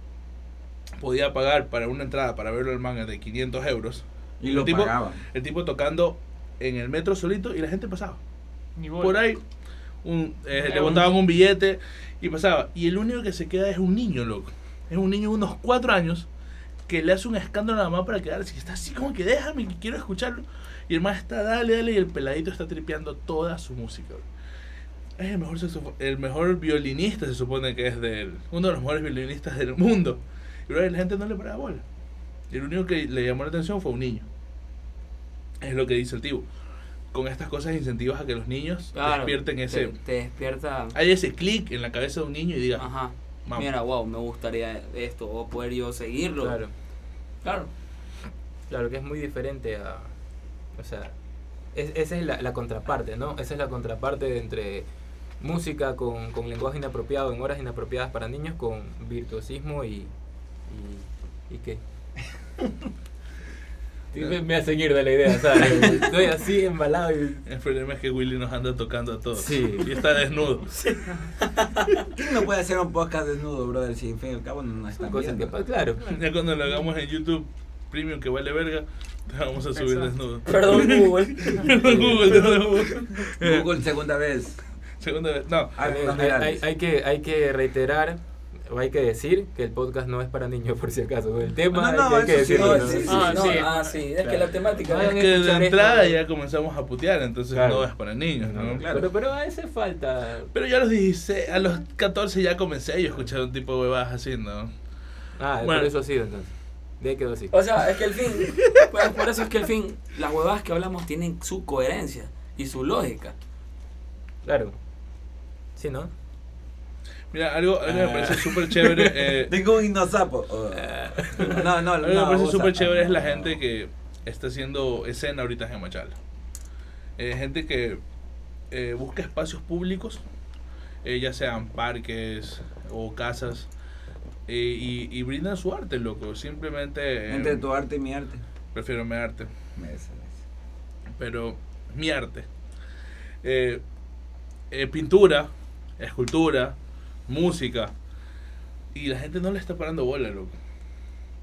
S1: podía pagar para una entrada para verlo al manga de 500 euros.
S2: Y lo
S1: el tipo,
S2: pagaban.
S1: El tipo tocando en el metro solito y la gente pasaba.
S4: Ni bola.
S1: Por ahí un- eh,
S4: Eh,
S1: le
S4: un-
S1: botaban un billete y pasaba. Y el único que se queda es un niño, loco. Es un niño de unos 4 años que le hace un escándalo a la mamá para quedarse. Y está así como que déjame, que quiero escucharlo. Y el man está, dale, dale. Y el peladito está tripeando toda su música. bro. Es el mejor, saxofo- el mejor violinista, se supone que es del, uno de los mejores violinistas del mundo. Y bro, la gente no le paraba bola. Y el único que le llamó la atención fue un niño. Es lo que dice el tío. Con estas cosas incentivas a que los niños
S3: Claro,
S1: despierten ese...
S3: Te, te despierta.
S1: Hay ese clic en la cabeza de un niño y diga,
S3: Ajá.
S1: "Vamos".
S3: Mira, wow, me gustaría esto, o poder yo seguirlo.
S5: Claro,
S3: Claro.
S5: claro, que es muy diferente a... O sea, es- esa es la, la contraparte, ¿no? Esa es la contraparte de entre música con, con lenguaje inapropiado, en horas inapropiadas para niños, con virtuosismo y... ¿Y, ¿y
S2: *laughs*
S5: qué? Sí, me, me hacen ir de la
S2: *laughs*
S5: idea, ¿sabes? Estoy así embalado y...
S1: El problema es que Willy nos anda tocando a todos.
S5: Sí.
S1: *laughs* Y está
S3: *laughs*
S1: desnudo.
S2: ¿Quién no puede hacer un podcast desnudo, brother? Si en fin y al cabo no nos están
S5: Cosas que
S2: viendo.
S5: pa- claro.
S1: Ya cuando lo hagamos en YouTube Premium, que vale verga, te vamos a subir
S4: Exacto.
S1: desnudo. *laughs*
S3: Perdón, *laughs* Google.
S1: Perdón, Google, perdón, Google. Eh,
S2: Google segunda vez.
S1: Segunda vez. No.
S2: Ah,
S5: Eh,
S2: los
S5: hay,
S2: virales.
S5: hay- hay que, hay que reiterar o hay que decir que el podcast no es para niños, por si acaso. El tema
S2: No, no,
S5: hay que
S2: eso sí,
S5: decirlo.
S2: no, sí, sí,
S3: Ah,
S4: no,
S3: sí.
S4: ah,
S3: Es que la temática
S1: Es
S5: Vayan a
S1: que de
S5: escuchar
S1: entrada
S5: esto.
S1: ya comenzamos a putear, entonces
S5: Claro.
S1: no es para niños, ¿no?
S5: No,
S2: claro.
S5: Pero, pero a ese falta.
S1: Pero yo a los 16, a los 14 ya comencé yo a escuchar un tipo de huevadas así, ¿no?
S5: Ah,
S1: Bueno.
S5: por eso ha sido entonces. De ahí quedó así.
S3: O sea, es que el *laughs* fin, pues, por eso es que el fin, las huevadas que hablamos tienen su coherencia y su lógica.
S5: Claro. Sí, ¿no?
S1: Mira, algo, algo
S2: Ah.
S1: me parece súper
S2: *laughs*
S1: chévere. eh,
S2: Tengo un hinosapo.
S1: *laughs*
S2: Oh. No, no,
S1: Algo
S2: no.
S1: que me parece
S2: vos-
S1: súper chévere
S2: ah,
S1: es la
S2: no.
S1: gente que eh, está haciendo escena ahorita en Machala. Eh, gente que eh, busca espacios públicos, eh, ya sean parques o casas, eh, y, y brindan su arte, loco. Simplemente... eh,
S2: Entre tu arte y mi arte.
S1: Prefiero mi arte,
S2: Me des-
S1: pero mi arte. Eh, eh, pintura, escultura, música. Y la gente no le está parando bola, loco.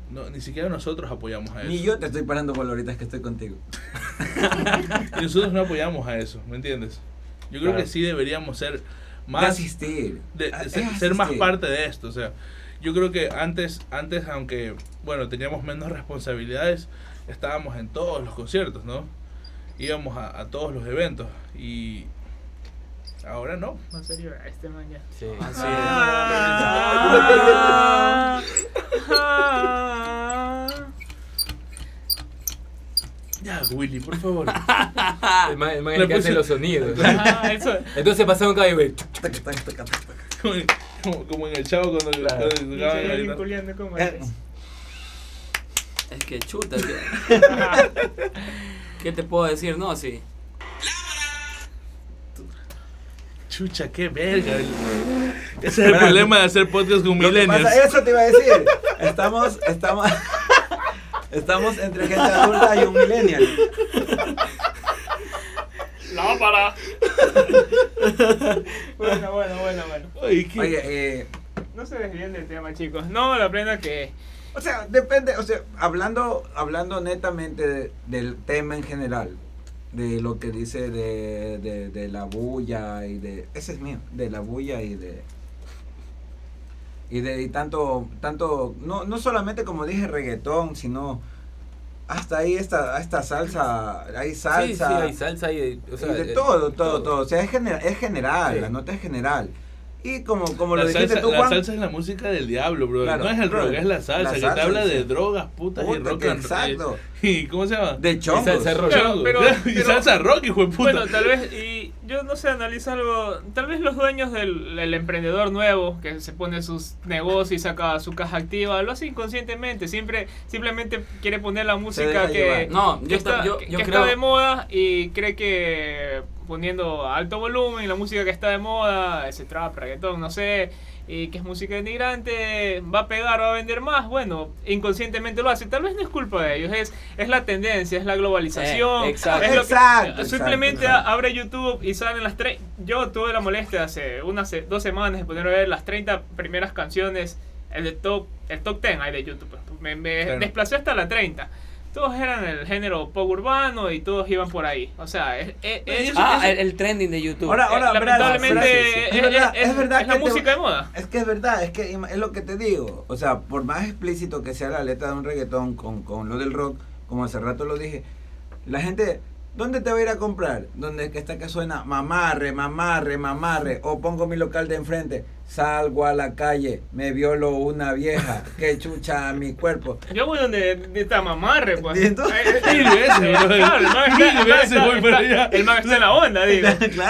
S1: No, ni siquiera nosotros apoyamos a eso.
S2: Ni yo te estoy parando por ahorita, es que estoy contigo.
S1: Y nosotros no apoyamos a eso, ¿me entiendes? Yo creo
S5: Claro.
S1: que sí deberíamos ser
S2: de
S1: más
S2: asistir.
S1: de-
S2: Ah, es
S1: ser, ser más
S2: asistir.
S1: parte de esto, o sea, yo creo que antes antes aunque bueno, teníamos menos responsabilidades, estábamos en todos los conciertos, ¿no? Íbamos a, a todos los eventos y ahora no.
S4: En serio, este man ya.
S5: Sí.
S3: Así
S4: Ah, ah.
S1: Ya, Willy, por favor.
S5: El man, el man es
S1: Le
S5: el que hace
S1: puse-
S5: los *laughs* sonidos.
S4: Ah, eso.
S5: Entonces pasó un caballo y.
S2: Tac, tac, tac, tac,
S1: *laughs*
S2: tac.
S1: como, como- como en el chavo cuando,
S5: Claro.
S1: cuando tocaban
S4: Y se
S1: la
S4: ve
S1: guitarra.
S4: vinculando
S1: *laughs*
S4: como
S2: Eh,
S4: es.
S3: es. Es que chuta, ¿qué,
S4: Ah,
S3: qué te puedo decir? No, sí.
S1: Chucha, qué verga. Ese es el problema de hacer podcast con
S2: Lo que
S1: millennials.
S2: pasa- eso te iba a decir. Estamos, estamos, *laughs* estamos entre gente adulta y un millennial.
S4: La para. *laughs* Bueno, bueno, bueno, bueno.
S1: Ay, qué-
S2: Oye, eh,
S4: No se desvíen del tema, chicos. No, la plena que.
S2: o sea, depende, o sea, hablando, hablando netamente de- del tema en general, de lo que dice de, de, de la bulla y de, ese es mío, de la bulla y de, y de y tanto, tanto, no, no solamente como dije reggaetón, sino hasta ahí esta, esta salsa, hay salsa.
S5: Sí, sí, hay salsa y de, o sea,
S2: y de
S5: eh,
S2: todo, todo, todo. O sea, es, gener- es general,
S5: Sí.
S2: la nota es general. Y como, como
S1: La,
S2: lo dijiste
S1: salsa,
S2: tú,
S1: la
S2: Juan,
S1: salsa es la música del diablo, bro.
S2: Claro,
S1: no es el
S2: bro,
S1: rock, es la salsa.
S2: la
S1: que te
S2: salsa,
S1: habla de
S2: sí.
S1: drogas, putas y
S2: Puta,
S1: rock
S2: que
S1: and
S2: exacto.
S1: *laughs* ¿Y cómo se llama?
S2: de chongos.
S5: salsa rock.
S1: Chongo.
S4: Pero-
S1: *laughs*
S4: pero-
S1: y salsa rock, hijo de puta.
S4: Bueno, tal vez, y yo no sé, analiza algo. Tal vez los dueños del el emprendedor nuevo que se pone sus negocios y saca su caja activa, lo hace inconscientemente. Siempre, simplemente quiere poner la música
S2: deja
S4: que,
S2: llevar.
S3: No,
S4: que
S3: yo
S4: está,
S3: ta- yo-
S4: que
S3: yo
S4: está
S3: creo-
S4: de moda y cree que poniendo a alto volumen la música que está de moda, ese trap, reggaetón, no sé, y que es música denigrante, va a pegar, va a vender más. Bueno, inconscientemente lo hace. Tal vez no es culpa de ellos, es, es la tendencia, es la globalización.
S3: Eh, exacto.
S4: es lo que-
S2: Exacto, exacto,
S4: simplemente
S2: exacto.
S4: abre YouTube y salen las tres. Yo tuve la molestia hace unas se- dos semanas de poner a ver las 30 primeras canciones, el de top, el top 10 ahí de YouTube. pues. Me, me
S1: Claro.
S4: desplacé hasta la 30. Todos eran el género pop urbano y todos iban por ahí. O sea, es, es- es-
S3: Ah,
S4: es-
S3: el, el trending de YouTube.
S2: Ahora, ahora, verás,
S4: lamentablemente
S2: verás, sí, sí.
S4: es,
S2: Es verdad,
S4: es-
S2: es verdad
S4: es la
S2: que te-
S4: música de moda.
S2: Es que es verdad, es que ima- es lo que te digo. O sea, por más explícito que sea la letra de un reggaetón con, con lo del rock, como hace rato lo dije, la gente, ¿dónde te va a ir a comprar? Donde que está que suena mamarre, mamarre, mamarre, o pongo mi local de enfrente, salgo a la calle, me violó
S1: *laughs*
S2: una vieja, que chucha a mi cuerpo.
S4: Yo voy donde está mamarre, pues.
S2: ¿Y entonces?
S4: Eh, eh,
S1: Mil veces,
S4: eh,
S1: bro.
S4: claro, el man está-
S1: Mil
S4: el man
S1: veces
S4: está-
S1: voy para
S4: está-
S1: allá.
S4: el man está en la onda, digo.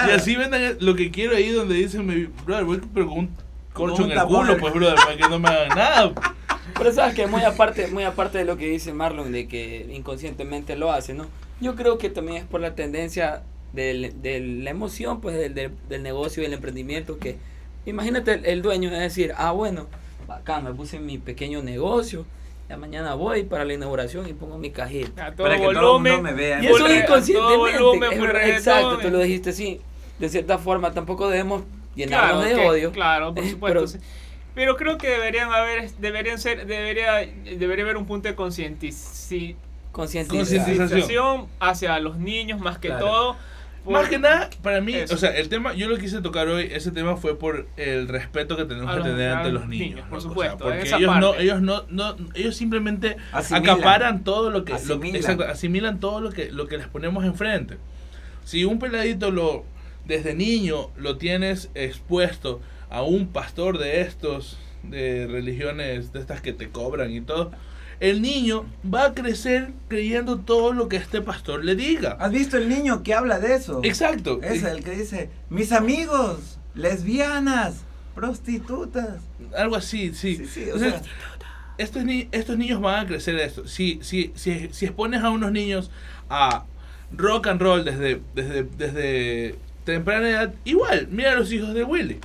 S1: Y así vendan lo que quiero ahí donde dicen, me, brother, voy pero con un corcho
S2: Con
S1: en
S2: un
S1: el
S2: tapón.
S1: culo, pues, brother, para que no me hagan nada.
S3: Pero sabes que muy aparte, muy aparte de lo que dice Marlon, de que inconscientemente lo hace, ¿no? Yo creo que también es por la tendencia del- de la emoción, pues, del, del, del negocio, del emprendimiento, que imagínate el, el dueño es decir, ah, bueno, bacán, me puse mi pequeño negocio, ya mañana voy para la inauguración y pongo mi cajita.
S4: A todo
S2: Para que todo el mundo
S4: volumen.
S2: me vea.
S3: Y eso
S4: Full
S3: es
S4: re-
S3: inconscientemente,
S4: todo volumen,
S3: es
S4: full
S3: verdad,
S4: reggaetón.
S3: exacto, tú lo dijiste así, de cierta forma tampoco debemos llenarnos de
S4: que-
S3: odio.
S4: Claro, por
S3: Eh,
S4: supuesto.
S3: pero-
S4: sí. Pero, creo que deberían haber, deberían ser, debería, debería haber un punto de concientici-
S3: Conscientizar.
S1: Concientizar.
S4: concientización hacia los niños más que
S5: Claro.
S4: todo.
S1: Más
S4: por-
S1: que nada, para mí,
S4: Eso.
S1: o sea, el tema, yo lo quise tocar hoy, ese tema fue por el respeto que tenemos
S4: A
S1: que
S4: los-
S1: tener
S4: a
S1: ante
S4: los
S1: los niños.
S4: niños, por
S1: loco,
S4: supuesto, en
S1: porque
S4: esa
S1: ellos no,
S4: parte.
S1: ellos no, no, ellos simplemente
S2: Asimilan.
S1: acaparan todo lo que, lo-
S2: Asimilan.
S1: exacto, asimilan todo lo que, lo que les ponemos enfrente. Si un peladito lo, desde niño, lo tienes expuesto a un pastor de estos, de religiones, de estas que te cobran y todo, el niño va a crecer creyendo todo lo que este pastor le diga.
S2: ¿Has visto el niño que habla de eso?
S1: Exacto.
S2: Ah, Es el que dice, mis amigos, lesbianas, prostitutas.
S1: Algo así, sí.
S2: Sí, sí, o
S1: Entonces,
S2: sea-
S1: estos, ni- estos niños van a crecer esto. Si, si, si, si expones a unos niños a rock and roll desde, desde, desde temprana edad, igual, mira a los hijos de Willy.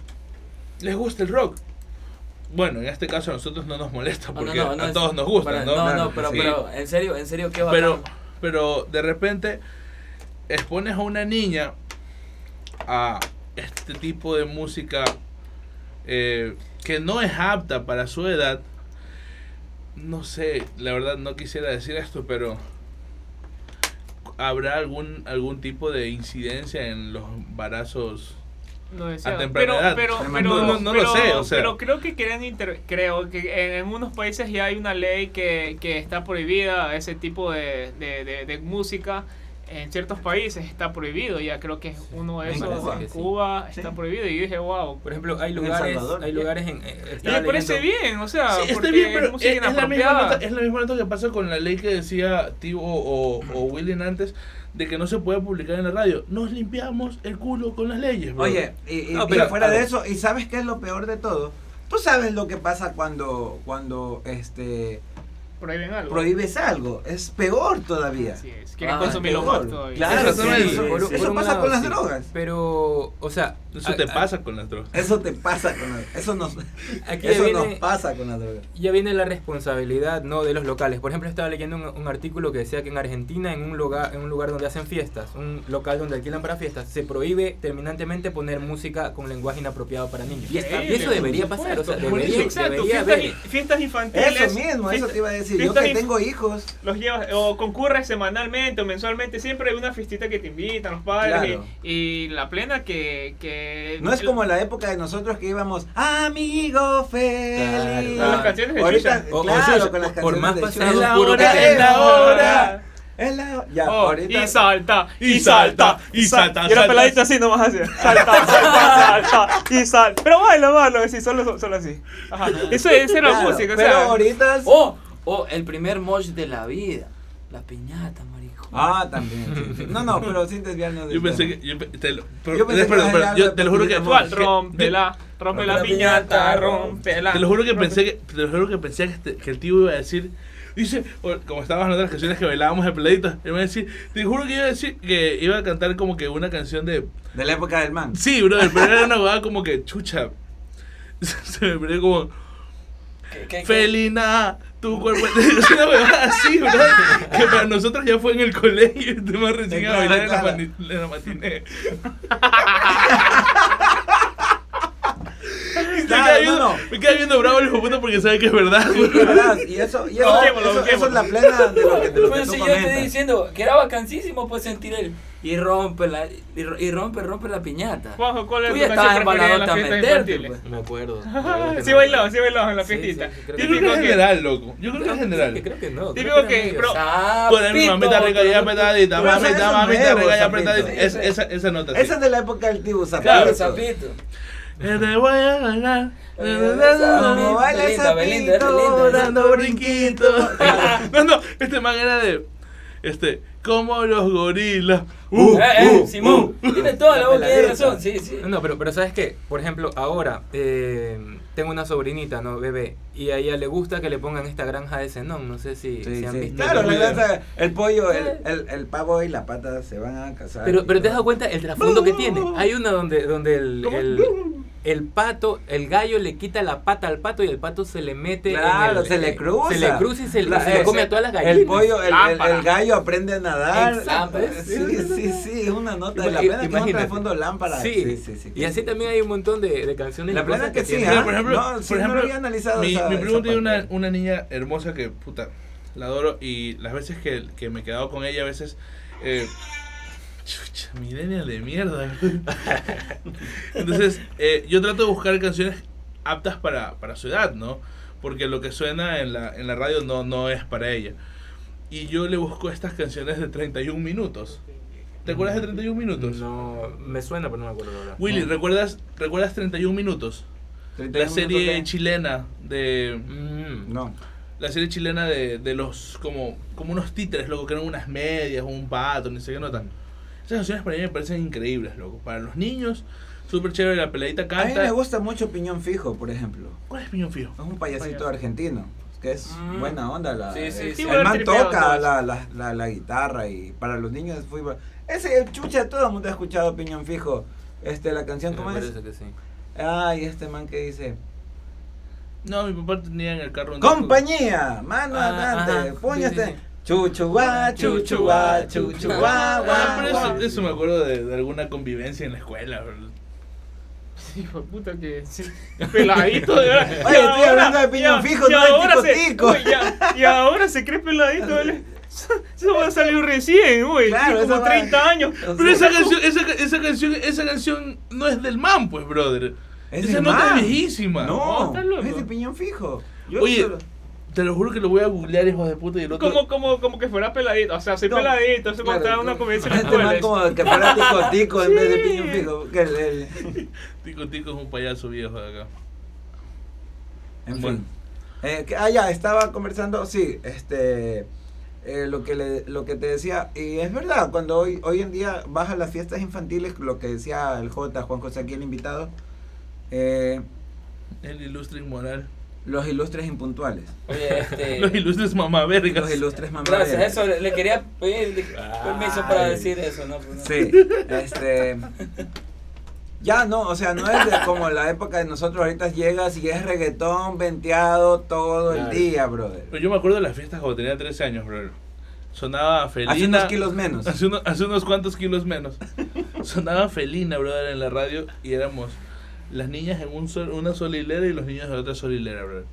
S1: Les gusta el rock. Bueno, en este caso a nosotros no nos molesta
S3: No, no,
S1: porque
S3: no, no
S1: a
S3: es-
S1: todos nos gusta,
S3: para-
S1: ¿no?
S3: No,
S2: Claro
S3: no,
S2: que
S3: pero,
S1: sí.
S3: pero en serio, en serio, qué bacán.
S1: pero, pero de repente expones a una niña a este tipo de música eh, que no es apta para su edad. No sé, la verdad no quisiera decir esto, pero ¿habrá algún algún tipo de incidencia en los embarazos?
S4: no deseado.
S1: a temprana
S4: pero,
S1: edad.
S4: pero,
S2: No,
S4: pero-
S1: no, no lo
S4: pero-
S1: sé, o sea.
S4: pero creo que querían inter- creo que en, en unos países ya hay una ley que, que está prohibida ese tipo de, de, de- de música. En ciertos países está prohibido, ya creo que es uno de
S5: me
S4: esos.
S2: parece
S4: En
S5: que sí.
S4: Cuba está
S2: Sí.
S4: prohibido y yo dije, wow.
S5: Por ejemplo, hay
S2: En El
S5: lugares,
S2: Salvador.
S5: hay lugares en... eh,
S4: Y
S5: estaba
S4: me parece
S5: leyendo-
S4: bien, o sea,
S1: Sí, está
S4: porque
S1: bien, pero
S4: es
S1: es,
S4: música
S1: es la misma
S4: inapropiada.
S1: nota, es la misma nota que pasa con la ley que decía Tivo o, o William antes de que no se puede publicar en la radio. Nos limpiamos el culo con las leyes, bro.
S2: Oye, y, y-
S5: No,
S2: y
S5: pero,
S2: fuera
S5: a
S2: de
S5: ver.
S2: eso, ¿y sabes qué es lo peor de todo? Tú sabes lo que pasa cuando, cuando este,
S4: Prohíben algo.
S2: prohíbes algo. Es peor todavía.
S4: Así es, quieren
S3: Ah,
S4: consumirlo
S2: peor.
S4: más todavía.
S2: Claro,
S1: Eso
S2: sí,
S1: es-
S2: eso,
S1: por-
S2: eso
S1: por
S5: un
S2: pasa
S5: lado,
S2: con las
S5: sí.
S2: drogas.
S5: Pero, o sea...
S1: Eso
S5: a-
S1: te
S5: a-
S1: pasa con las drogas.
S2: Eso te pasa con las Eso
S4: *laughs*
S2: nos,
S5: Aquí
S2: eso
S5: viene-
S2: nos pasa con las drogas.
S5: ya viene la responsabilidad no de los locales. Por ejemplo, estaba leyendo un, un artículo que decía que en Argentina, en un, lugar, en un lugar donde hacen fiestas, un local donde alquilan para fiestas, se prohíbe terminantemente poner música con lenguaje inapropiado para niños.
S4: Increíble,
S5: y eso debería
S4: por
S5: pasar, o sea,
S4: supuesto.
S5: debería-
S4: Exacto,
S5: debería
S4: fiestas,
S5: haber.
S4: i- fiestas infantiles.
S2: Eso mismo, eso
S4: fiestas-
S2: te iba a decir yo
S4: Fiestas
S2: que
S4: in-
S2: tengo hijos.
S4: Los llevas, o concurres semanalmente o mensualmente, siempre hay una fiestita que te invitan los padres
S2: Claro.
S4: y, y la plena que... que
S2: No es como la época de nosotros que íbamos, amigo feliz.
S5: Con las
S4: canciones de
S2: Ahorita,
S4: Xuxa.
S5: O- o
S2: claro,
S5: Xuxa,
S2: con las
S5: por
S2: canciones
S5: más
S2: de
S5: pasado
S2: Xuxa.
S5: oscuro que
S2: es
S5: tengas.
S2: la hora. Es la hora. Ya,
S4: Oh,
S2: ahorita.
S4: y salta, y,
S1: Y
S4: salta,
S1: salta, y salta,
S4: Y era
S1: salta.
S4: peladito así nomás hacía. Salta, salta, salta, y salta. Pero baila, baila, así, solo, solo así. Ajá. Eso, es era
S2: Claro,
S4: música, o
S2: pero
S4: sea.
S2: ahorita. es-
S3: Oh, oh, el primer mosh de la vida. La piñata, marico.
S2: Ah, también. sí, sí. No, no, pero sin desviarnos del
S1: Yo pensé
S2: tema.
S1: que. Yo, pe- te lo, pero-
S2: Yo pensé que
S1: perdón,
S2: era
S1: perdón,
S2: algo
S1: yo te lo juro que.
S2: de
S4: ¿Cuál?
S1: que-
S4: Rómpela, rompe la
S2: la
S4: piñata,
S2: piñata,
S4: rompela.
S1: Te lo juro que pensé que, te lo juro que pensé que, este- que el tío iba a decir, dice, o- como estábamos hablando de las canciones que bailábamos de peladitos, él iba a decir, te juro que iba a decir que iba a cantar como que una canción de,
S2: De la época del man.
S1: sí, bro, pero era una jugada como que chucha, *laughs* se me perdió como,
S3: ¿Qué- qué- qué?
S1: Felina, tu cuerpo, *laughs* es una huevada así, bro, que para nosotros ya fue en el colegio, y más recién a
S2: Claro,
S1: bailar en la,
S2: claro.
S1: mani- en la
S2: *laughs*
S1: matiné. Y se
S2: Claro,
S1: queda viendo-
S2: no, no.
S1: Me queda viendo bravo el hijo puta porque sabe que es verdad. bro.
S2: ¿Verdad? Y eso, y eso,
S4: Bloqueémoslo,
S2: eso, eso es la
S4: bloqueémoslo.
S2: plena de lo que, de lo que
S3: Pero
S2: tú
S3: si yo te estoy
S2: comentas.
S3: diciendo que era vacancísimo, pues sentir el. Y rompe la. Y, ro- y rompe, rompe la piñata.
S4: Juanjo, ¿cuál es
S3: Tú
S4: tu
S3: ya estabas
S4: canción preferida en
S3: embalado
S4: las
S3: a
S4: fiestas
S3: meterte,
S4: infantiles?
S3: pues.
S5: Me acuerdo.
S4: *laughs* Sí bailó, sí bailó en la
S5: Sí, sí,
S4: fiestita.
S5: sí, creo
S1: Yo creo que
S4: Típico
S1: es
S4: que...
S1: general, loco. Yo creo que es
S5: Que
S1: general.
S5: creo que no.
S4: Típico que, bro,
S1: Poner mi
S3: Sapito,
S1: mamita rica y
S3: pero-
S1: apretadita,
S2: pero esas
S1: mamita,
S2: son
S1: mamita
S2: nuevos,
S1: rica y
S2: Sapito.
S1: apretadita. Es- Esa esa nota. sí.
S2: Esa es de la época del tibu zapito.
S3: Claro, sapito.
S1: Eh, Te voy a ganar.
S3: Eh,
S2: Como baila el
S3: Belinda, Belinda,
S2: sapito,
S3: Belinda. ¿eh?
S2: dando brinquito.
S1: *laughs* No, no, este man era de. Este, como los gorilas.
S3: Eh,
S1: Uh,
S3: eh,
S1: uh,
S3: Simón. Tiene toda la
S2: La
S3: boca, tiene
S2: peladita.
S3: razón. Sí, sí.
S5: No, pero, pero sabes que, por ejemplo, ahora eh, tengo una sobrinita, ¿no? Bebé, y a ella le gusta que le pongan esta granja de cenón, no sé si,
S2: Sí,
S5: si han
S2: sí.
S5: visto.
S2: Claro,
S5: el
S2: la
S5: video.
S2: granja, el pollo, el, el, el pavo y la pata se van a casar.
S5: Pero,
S2: Y
S5: pero te
S2: todo.
S5: das cuenta el trasfondo que tiene. Hay una donde, donde el,
S1: ¿Cómo?
S5: el, el pato, el gallo le quita la pata al pato y el pato se le mete. en
S2: Claro,
S5: el-
S2: se le
S5: eh,
S2: cruza.
S5: Se le cruza y se, le-
S2: La-
S5: se le
S2: eh,
S5: come a todas las gallinas.
S2: El pollo, el, el,
S4: Lámpara.
S2: el gallo aprende a nadar.
S3: Exacto.
S2: Sí, sí, sí, es una nota de la
S5: Ima-
S2: plena que es un
S5: imagínate.
S2: trasfondo lámpara.
S5: Sí, Y así también hay un montón de, de canciones.
S2: La
S5: y cosas
S2: plena que sí,
S5: tienen.
S1: Mira,
S2: ¿ah?
S1: por ejemplo,
S2: No, sí,
S1: por
S2: no lo
S1: ejemplo,
S2: había analizado
S1: mi,
S2: esa-
S1: mi
S2: esa
S1: primo tiene una,
S2: parte.
S1: una niña hermosa que, puta, la adoro y las veces que, que me he quedado con ella, a veces... Eh, chucha, millennial de mierda. *laughs* Entonces, eh, yo trato de buscar canciones aptas para, para su edad, ¿no? Porque lo que suena en la, en la radio no, no es para ella. Y yo le busco estas canciones de 31 minutos. ¿Te acuerdas de 31 minutos?
S5: No, me suena, pero no me acuerdo la verdad.
S1: Willy, ¿recuerdas, ¿recuerdas 31 minutos? La
S2: 31
S1: serie
S2: minutos
S1: chilena de.
S2: de-
S5: Mm.
S2: No.
S1: La serie chilena de, de los. Como, como unos títeres, loco, que eran unas medias, un pato, ni sé qué nota. Esas canciones para mí me parecen increíbles, loco. Para los niños, súper chévere, la peladita
S2: A mí me
S1: canta.
S2: gusta mucho Piñón Fijo, por ejemplo.
S1: ¿Cuál es Piñón Fijo?
S2: Es un payasito
S4: Payaso.
S2: argentino. Que es
S3: Mm.
S2: buena onda. La,
S3: Sí, sí,
S2: el,
S3: sí.
S2: el man
S4: Tripeado
S2: toca
S4: todos.
S2: la, la, la, la guitarra y para los niños es fútbol. Ese chucha, todo el mundo ha escuchado Piñón Fijo. Este, la canción, ¿cómo
S5: Me
S2: es?
S5: parece que sí.
S2: Ay, este man que dice.
S1: No, mi papá tenía en el carro. un-
S2: Compañía, mano
S5: Ah,
S2: adelante,
S5: ajá,
S2: puño
S5: sí, sí,
S2: este.
S5: sí.
S2: Chuchuá, chuchuá, chuchuá,
S1: Ah,
S2: guá,
S1: pero eso,
S2: guá.
S1: eso me acuerdo de, de alguna convivencia en la escuela, bro.
S4: *laughs* Hijo de puta que sí. peladito de verdad.
S2: Oye,
S4: Y
S2: estoy
S4: ahora-
S2: hablando de piñón
S4: y-
S2: fijo,
S4: y
S2: no de
S4: ahora
S2: tico
S4: se-
S2: tico.
S4: uy, ya- y ahora se cree peladito, ¿vale? Eso va a salir recién, uy.
S2: Claro,
S4: sí, como
S2: eso va-
S4: 30 años.
S2: O
S1: Pero
S2: sea,
S1: esa canción, esa, ca- esa canción, esa canción no es del man, pues, brother.
S2: Es
S1: esa
S2: del
S1: nota
S2: man.
S1: es viejísima.
S4: No,
S2: No,
S4: estás loco.
S2: es de piñón fijo.
S1: Oye,
S2: solo-
S1: Te lo juro que lo voy a googlear, hijos de puta, y el otro.
S4: Como, como, como que fuera peladito. O sea, soy
S2: No,
S4: peladito. Eso
S2: claro,
S4: cuando estaba en una
S2: no.
S4: convivencia en la
S2: Este
S4: escuela.
S2: man
S4: eso.
S2: como que fuera tico tico en vez de piñón
S4: Sí.
S2: fijo. que el- el-
S1: Tico Tico es un payaso viejo de acá.
S2: En
S1: Bueno.
S2: fin. Eh, que- ah, ya, estaba conversando, sí, este, eh, lo, que le- lo que te decía, y es verdad, cuando hoy, hoy en día vas a las fiestas infantiles, lo que decía el J, Juan José, aquí el invitado, eh,
S1: El ilustre inmoral.
S2: los ilustres impuntuales,
S3: Oye, *laughs* este.
S1: Los ilustres mamavergas.
S2: los ilustres mamaderos.
S3: Gracias, eso le le quería pedir *laughs* de- permiso para
S2: Ay.
S3: decir eso, ¿no? Pues, no.
S2: Sí, este... Ya no, o sea, no es de como la época de nosotros, ahorita llegas y es reggaetón venteado todo el
S5: Claro.
S2: día, brother.
S1: Pero yo me acuerdo de las fiestas cuando tenía 13 años, bro. Sonaba felina.
S2: Hace unos kilos menos.
S1: Hace, uno- hace unos cuantos kilos
S2: *laughs*
S1: menos. Sonaba felina, brother, en la radio y éramos las niñas en un sol- una sola hilera y los niños en otra sola hilera, brother.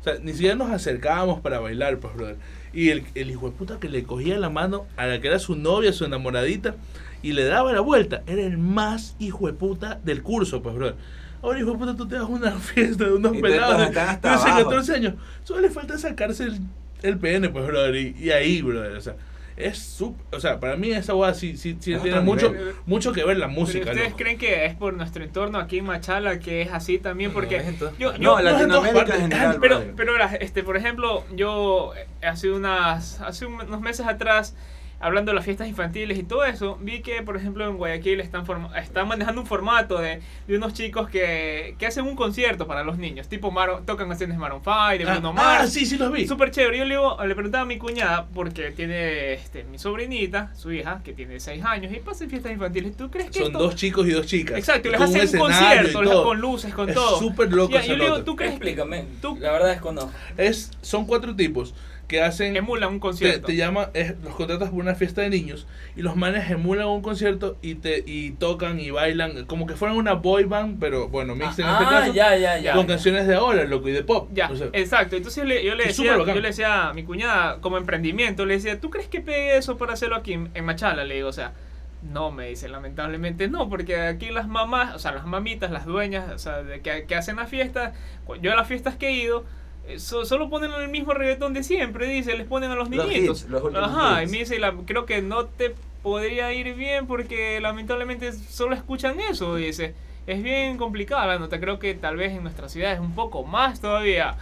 S1: O sea, ni siquiera nos acercábamos para bailar, pues, brother. Y el, el hijo de puta que le cogía la mano a la que era su novia, su enamoradita, y le daba la vuelta, era el más hijo de puta del curso, pues, brother. Ahora, hijo de puta, tú te vas a una *laughs* fiesta de unos
S2: Y te
S1: pelados de
S2: tocan
S1: 13,
S2: hasta abajo.
S1: 14 años. Solo le falta sacarse el, el pene, pues, brother. Y, y ahí, brother, o sea. Es sup- o sea, para mí esa guada sí, sí, sí
S2: Es
S1: tiene
S2: otro
S1: mucho,
S4: nivel.
S1: mucho que ver la música.
S4: Pero ustedes
S1: loco.
S4: creen que es por nuestro entorno aquí en Machala que es así también porque
S5: No, es en todas
S4: yo,
S2: No,
S4: yo-
S1: en todas
S2: Latinoamérica
S1: partes.
S2: en general.
S4: pero
S2: brother.
S4: pero verás, este por ejemplo yo eh, hace unas hace un- unos meses atrás hablando de las fiestas infantiles y todo eso vi que por ejemplo en Guayaquil están forma- están manejando un formato de, de unos chicos que, que hacen un concierto para los niños tipo Maro- tocan canciones de Maroon 5 de
S1: Ah,
S4: Bruno Mars
S1: ah, sí, sí los vi.
S4: Súper chévere. Yo le, digo- le preguntaba a mi cuñada, porque tiene este, mi sobrinita, su hija, que tiene 6 años, y pasan fiestas infantiles. ¿Tú crees que
S1: Son
S4: esto-
S1: dos chicos y dos chicas.
S4: Exacto, y les
S1: Con
S4: hacen un
S1: escenario
S4: concierto,
S1: y
S4: les-
S1: todo.
S4: con luces, con
S1: Es
S4: todo.
S1: súper loco
S4: Ya,
S1: ese
S4: yo le digo,
S1: loco.
S4: ¿tú crees?
S3: Explícame.
S4: Tú-
S3: La verdad desconozco.
S1: Es, son cuatro tipos que hacen...
S4: Emula un
S1: te,
S4: concierto.
S1: te llama, es- los contratas por una fiesta de niños y los manes emulan un concierto y te y tocan y bailan como que fueran una boy band, pero bueno, mixta en este
S3: ah,
S1: caso,
S3: ya, ya, ya.
S1: con canciones de ahora, loco, y de pop.
S4: Ya,
S1: O sea,
S4: exacto. Entonces le- yo le,
S1: es
S4: decía,
S1: súper bacán.
S4: yo le decía a mi cuñada, como emprendimiento, le decía, ¿tú crees que pegue eso para hacerlo aquí en, en Machala? Le digo, o sea, no, me dice, lamentablemente no, porque aquí las mamás, o sea, las mamitas, las dueñas, o sea, de que, que hacen las fiestas, cu- yo a las fiestas que he ido, eh, so- solo ponen el mismo reggaetón de siempre, dice, les ponen a los
S2: Los
S4: niñitos.
S2: hits, los últimos
S4: Ajá,
S2: hits.
S4: y me dice, la- creo que no te podría ir bien porque lamentablemente solo escuchan eso, dice. Es bien complicada la nota, creo que tal vez en nuestras ciudades un poco más todavía.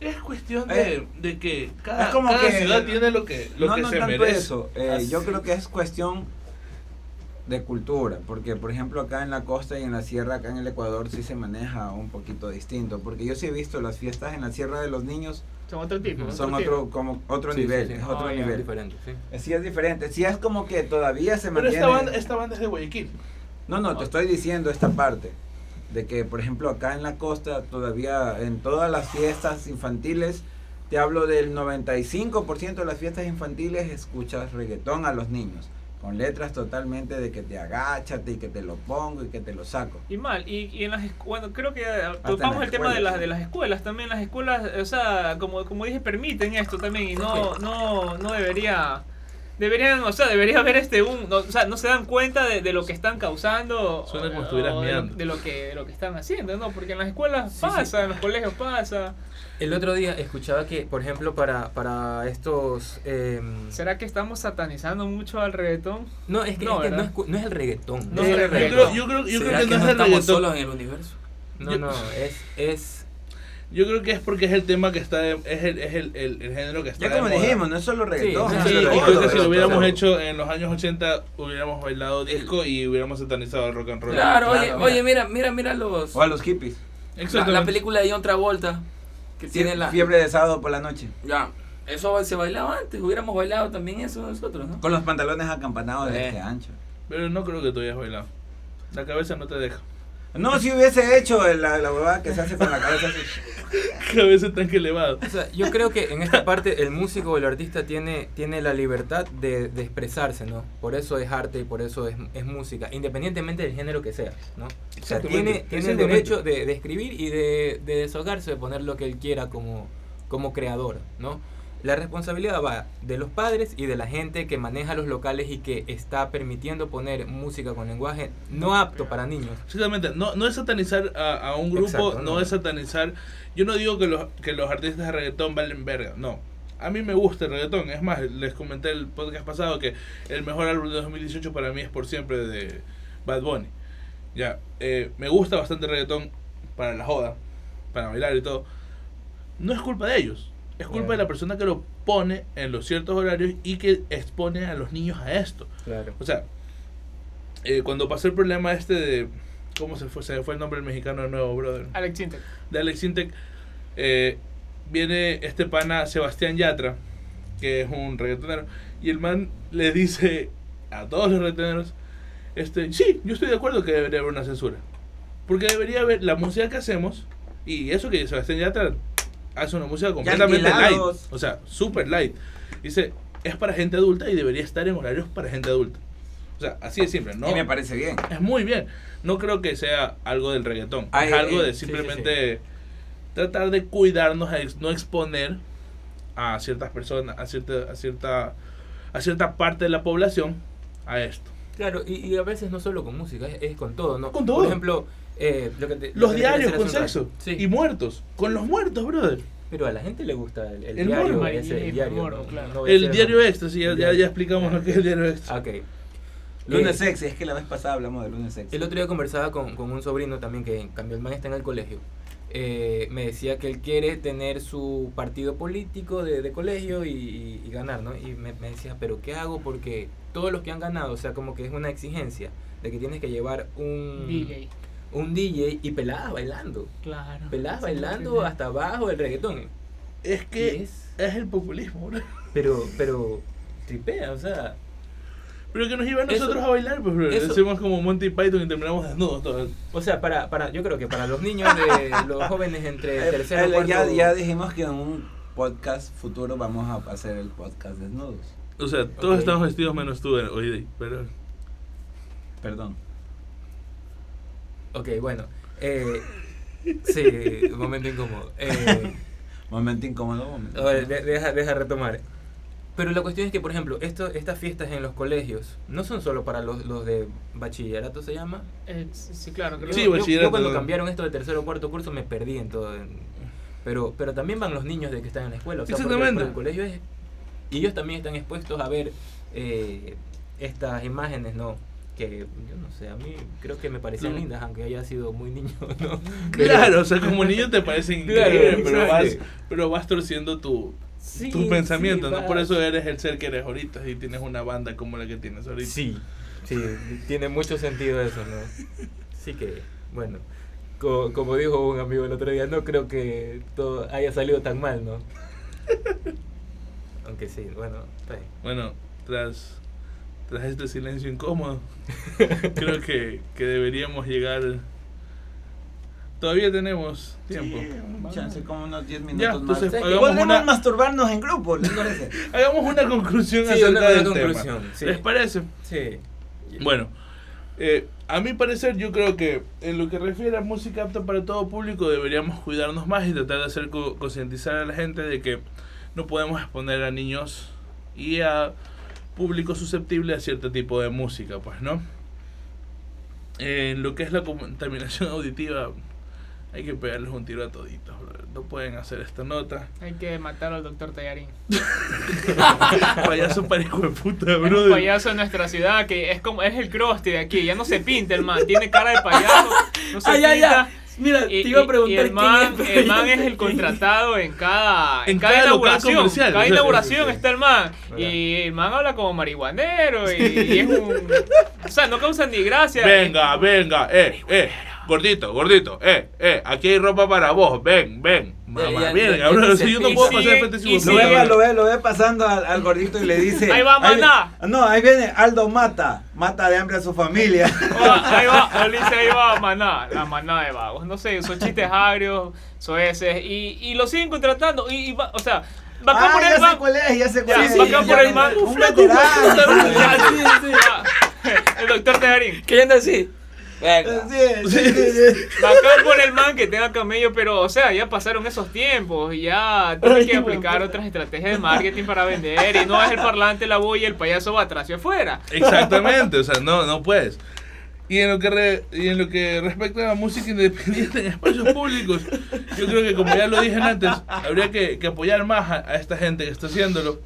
S1: es cuestión de,
S2: Eh,
S1: de que cada,
S2: es como
S1: cada
S2: que-
S1: ciudad tiene lo que, lo
S2: no,
S1: que
S2: no
S1: se
S2: tanto
S1: merece.
S2: eso. eh,
S1: Así.
S2: yo creo que es cuestión de cultura, porque por ejemplo acá en la costa y en la sierra, acá en el Ecuador sí se maneja un poquito distinto, porque yo sí he visto las fiestas en la sierra de los niños
S4: Son otro tipo.
S5: Ujú.
S2: son
S4: tipo.
S2: otro como otro
S5: Sí, sí,
S2: nivel,
S5: sí.
S2: es otro
S4: Oh, ya.
S5: Es
S2: nivel.
S5: diferente, sí.
S2: Sí es diferente, sí es como que todavía se
S1: Pero
S2: mantiene.
S1: esta banda, esta banda es de Guayaquil.
S2: No, no, te estoy diciendo esta parte. De que, por ejemplo, acá en la costa, todavía en todas las fiestas infantiles, te hablo del 95% de las fiestas infantiles escuchas reggaetón a los niños. Con letras totalmente de que te agáchate y que te lo pongo y que te lo saco.
S4: Y mal, y, y en las escu- bueno, creo que eh,
S2: en
S4: topamos
S2: las
S4: el tema de
S2: escuelas.
S4: las de las escuelas también, las escuelas, o sea, como, como dije, permiten esto también y no no no debería deberían, o sea, debería haber este un, no, o sea, no se dan cuenta de, de lo que están causando
S1: Suena
S4: o-
S1: como estuvieras
S4: o de, lo,
S1: meando.
S4: de lo que de lo que están haciendo, no, porque en las escuelas
S5: Sí, sí.
S4: pasa, en los colegios pasa.
S5: El otro día escuchaba que, por ejemplo, para, para estos... em,
S4: ¿Será que estamos satanizando mucho al reggaetón?
S5: No, es que es
S4: No,
S5: que no,
S4: ¿verdad?
S5: es, cu- no es el reggaetón.
S4: No
S5: es
S4: es
S5: el
S1: Yo
S4: el reggaetón.
S1: creo, yo creo, yo creo
S3: ¿Será
S1: que
S3: que,
S1: no es
S3: no
S1: de
S3: estamos
S1: reggaetón.
S3: solos en el universo?
S5: No,
S1: yo-
S5: no, es, es...
S1: Yo creo que es porque es el tema que está de, es el, es el, el, el género que está
S2: Ya
S1: de
S2: como
S1: moda.
S2: dijimos, no es solo reggaetón.
S5: Sí,
S2: no es
S1: Sí,
S2: solo
S1: y
S2: reggaetón,
S1: creo que si
S2: pero-
S1: lo hubiéramos
S2: pero-
S1: hecho en los años 80, hubiéramos bailado disco y hubiéramos satanizado el rock and roll.
S3: Claro, oye,
S2: claro.
S3: oye, mira, mira, mira los...
S2: O a los hippies.
S3: La,
S1: Exactamente.
S3: la película de John Travolta que tiene la
S2: Fiebre de sábado por la noche.
S3: Ya, eso se bailaba antes, hubiéramos bailado también eso nosotros, ¿no?
S2: Con los pantalones acampanados de
S3: Eh.
S2: este ancho.
S1: Pero no creo que tú hayas bailado. La cabeza no te deja. *laughs*
S2: No, si hubiese hecho la, la huevada que se hace con la cabeza. así.
S1: Cabeza tan elevado.
S5: O sea, yo creo que en esta parte el músico o el artista tiene, tiene la libertad de, de expresarse, ¿no? Por eso es arte y por eso es, es música, independientemente del género que sea, ¿no? O sea, tiene,
S1: Exactamente,
S5: tiene el
S1: exactamente.
S5: derecho de, de escribir y de, de desahogarse, de poner lo que él quiera como, como creador, ¿no? La responsabilidad va de los padres y de la gente que maneja los locales y que está permitiendo poner música con lenguaje no apto para niños.
S1: Exactamente. No, no es satanizar a, a un grupo,
S5: Exacto,
S1: no.
S5: no.
S1: es satanizar. Yo no digo que los, que los artistas de reggaetón valen verga, no. A mí me gusta el reggaetón. Es más, les comenté el podcast pasado que el mejor álbum de 2018 para mí es por siempre de Bad Bunny. Ya, eh, me gusta bastante el reggaetón para la joda, para bailar y todo. No es culpa de ellos, es culpa
S5: Claro.
S1: de la persona que lo pone en los ciertos horarios y que expone a los niños a esto.
S5: Claro.
S1: O sea, eh, cuando pasó el problema este de. ¿Cómo se fue? Se me fue el nombre del mexicano de nuevo, brother.
S4: Alex Sintek.
S1: De Alex Intec. eh, viene este pana Sebastián Yatra, que es un reggaetonero. Y el man le dice a todos los reggaetoneros: este, Sí, yo estoy de acuerdo que debería haber una censura. Porque debería haber la música que hacemos. Y eso que Sebastián Yatra hace una música completamente light.
S2: Yanquilados.
S1: O sea, super light. Dice: Es para gente adulta y debería estar en horarios para gente adulta. O sea, así de simple. No,
S2: Y me parece bien.
S1: es muy bien. No creo que sea algo del reggaetón.
S2: Ay,
S1: es algo
S2: eh,
S1: de
S5: sí, sí,
S1: simplemente tratar de cuidarnos, a ex- no exponer a ciertas personas, a cierta, a cierta, a cierta parte de la población a esto.
S5: Claro, y, y a veces no solo con música, es, es con todo, ¿no?
S1: Con todo.
S5: Por ejemplo, eh, lo que te- lo
S1: Los
S5: que te
S1: diarios
S5: quería
S1: con
S5: hacer hace
S1: sexo
S5: un rato. Sí.
S1: y muertos, con los muertos, brother.
S5: Pero a la gente le gusta el, el
S1: El
S5: diario.
S1: morbo.
S5: ese
S4: Amarillismo,
S5: diario,
S4: morbo,
S5: no-
S4: claro.
S5: no voy a
S1: El
S5: hacer-
S1: diario éxtasis, ya,
S5: El
S1: ya,
S5: diario.
S1: ya explicamos lo que es el diario éxtasis.
S5: Ah, Ok.
S2: Lunes
S5: Eh,
S2: sexy, es que la vez pasada hablamos de lunes sexy.
S5: El otro día conversaba con, con un sobrino también que en cambio el man está en el colegio. Eh, me decía que él quiere tener su partido político de, de colegio y, y- y ganar, ¿no? Y me, me decía, pero ¿qué hago? Porque todos los que han ganado, o sea, como que es una exigencia de que tienes que llevar un
S4: DJ.
S5: un DJ y peladas bailando.
S4: Claro.
S5: Peladas
S4: Sí,
S5: bailando
S4: sí, sí.
S5: hasta abajo el reggaetón.
S1: Es que
S5: Y
S1: es?
S5: es-
S1: el populismo, brother.
S5: Pero, pero, tripea, o sea,
S1: *laughs* Pero que nos lleva a
S5: Eso-
S1: nosotros a bailar, pues, brother.
S5: eso-
S1: Hacemos como Monty Python y terminamos desnudos todos.
S5: o sea, para, para, yo creo que para los niños
S4: *laughs*
S5: de los jóvenes entre
S2: Eh,
S5: tercero y
S2: eh, ya,
S5: cuarto.
S2: ya dijimos que en un podcast futuro vamos a hacer el podcast desnudos.
S1: O sea, todos
S5: Ok.
S1: estamos vestidos menos tú eh, hoy día, pero...
S2: Perdón.
S5: Ok, bueno. Eh, sí, un momento incómodo. Eh,
S2: Momento incómodo, momento.
S5: a ver,
S2: incómodo.
S5: de- deja, deja retomar. Pero la cuestión es que, por ejemplo, esto, estas fiestas en los colegios no son solo para los, los de bachillerato, ¿se llama?
S4: Eh, sí, claro, creo
S1: Sí,
S5: yo, yo- yo
S1: bachillerato,
S5: cuando
S1: ¿no?
S5: cambiaron esto de tercero o cuarto curso me perdí en todo. en- pero, pero también van los niños de que están en la escuela. O sea, porque-
S1: Exactamente.
S5: porque el colegio es- y ellos también están expuestos a ver eh, estas imágenes, ¿no? Que yo no sé, a mí creo que me parecían
S1: No.
S5: lindas, aunque haya sido muy niño, *laughs* ¿no? Pero-
S1: Claro, o sea, como niño te parece
S5: *laughs* Claro,
S1: increíble, pero, vas,
S5: exacto.
S1: pero vas torciendo tu,
S5: Sí,
S1: tus pensamientos,
S5: sí,
S1: ¿no?
S5: va.
S1: Por eso eres el ser que eres ahorita y tienes una banda como la que tienes ahorita.
S5: Sí, sí, tiene mucho sentido eso, ¿no? Así que, bueno, co- como dijo un amigo el otro día, no creo que todo haya salido tan mal, ¿no? Aunque sí, bueno, está bien.
S1: Bueno, tras, tras este silencio
S5: *laughs*
S1: incómodo, creo que, que deberíamos llegar... Todavía tenemos tiempo.
S2: Sí, un chance, como unos 10
S1: Ya,
S2: minutos más.
S1: entonces
S5: ¿Sabes qué?
S1: hagamos
S2: Podremos
S1: una,
S2: masturbarnos en grupo, ¿les parece?
S1: hagamos una conclusión
S5: Sí,
S1: acerca
S5: una- una
S1: del
S5: conclusión,
S1: tema.
S5: sí.
S1: ¿Les parece?
S5: Sí.
S1: Bueno, eh, a mi parecer yo creo que en lo que refiere a música apta para todo público deberíamos cuidarnos más y tratar de hacer co- concientizar a la gente de que no podemos exponer a niños y a público susceptible a cierto tipo de música, pues, ¿no? En lo que es la contaminación *laughs* auditiva, hay que pegarles un tiro a toditos, brother. no pueden hacer esta nota. *laughs*
S4: Hay que matar al doctor Tallarín.
S1: payaso parejo de puta,
S4: Es un
S1: brother.
S4: payaso de nuestra ciudad que es como es el Krusty de aquí, ya no se pinta el man, tiene cara de payaso, no se
S5: Ay, ay,
S4: pinta.
S5: ay. Mira,
S4: Y,
S5: te iba
S4: y-
S5: a preguntar
S4: y el
S5: quién
S4: man,
S5: es, pero
S4: el
S5: ya
S4: man
S5: sé
S4: es el
S5: quién.
S4: contratado en cada
S1: En
S4: en
S1: cada
S4: cada
S1: local
S4: inauguración,
S1: comercial.
S4: cada
S1: Sí, sí, sí,
S4: inauguración
S5: sí.
S4: está el man
S5: Verdad.
S4: y el man habla como marihuanero y, y es un o sea, no causa ni gracia.
S1: Venga, venga, eh, eh. Gordito, gordito, eh, eh. Aquí hay ropa para vos, ven, ven. Mamá,
S5: ya,
S1: verga,
S5: ya,
S1: bro,
S5: ya
S1: si
S5: se
S1: yo no
S4: y
S1: puedo
S4: sigue,
S1: pasar frente a su
S4: y
S1: botella.
S2: Lo
S4: sigue.
S2: ve, lo ve, lo ve pasando al, al gordito y le dice.
S4: Ahí va,
S2: vi-
S4: maná.
S2: no, ahí viene Aldo Mata. Mata de hambre a su familia.
S4: Ah, ahí va, Ulises, ahí va Maná, la maná de vagos. No sé, son chistes agrios, soeces, y, y lo siguen contratando. Y, y va- o sea,
S2: ah,
S4: bacán por
S2: ya
S4: el
S2: sé
S4: man.
S2: cuál es, ya sé cuál
S4: Ya,
S2: es.
S4: bacán por el man.
S2: Un veterano.
S4: Ya, sí, sí, ya. El doctor Tejarín.
S3: ¿Qué anda así? Venga.
S2: Sí, sí,
S1: *laughs*
S2: sí, sí.
S4: Bacán por el man que tenga camello, pero, o sea, ya pasaron esos tiempos y ya tiene que aplicar otras estrategias de marketing para vender. Y no es el parlante la bulla y el payaso va atrás y afuera.
S1: Exactamente, o sea, no, no puedes. Y en, lo que re- y en lo que respecta a la música independiente en espacios públicos, yo creo que como ya lo dije antes, habría que, que apoyar más a, a esta gente que está haciéndolo.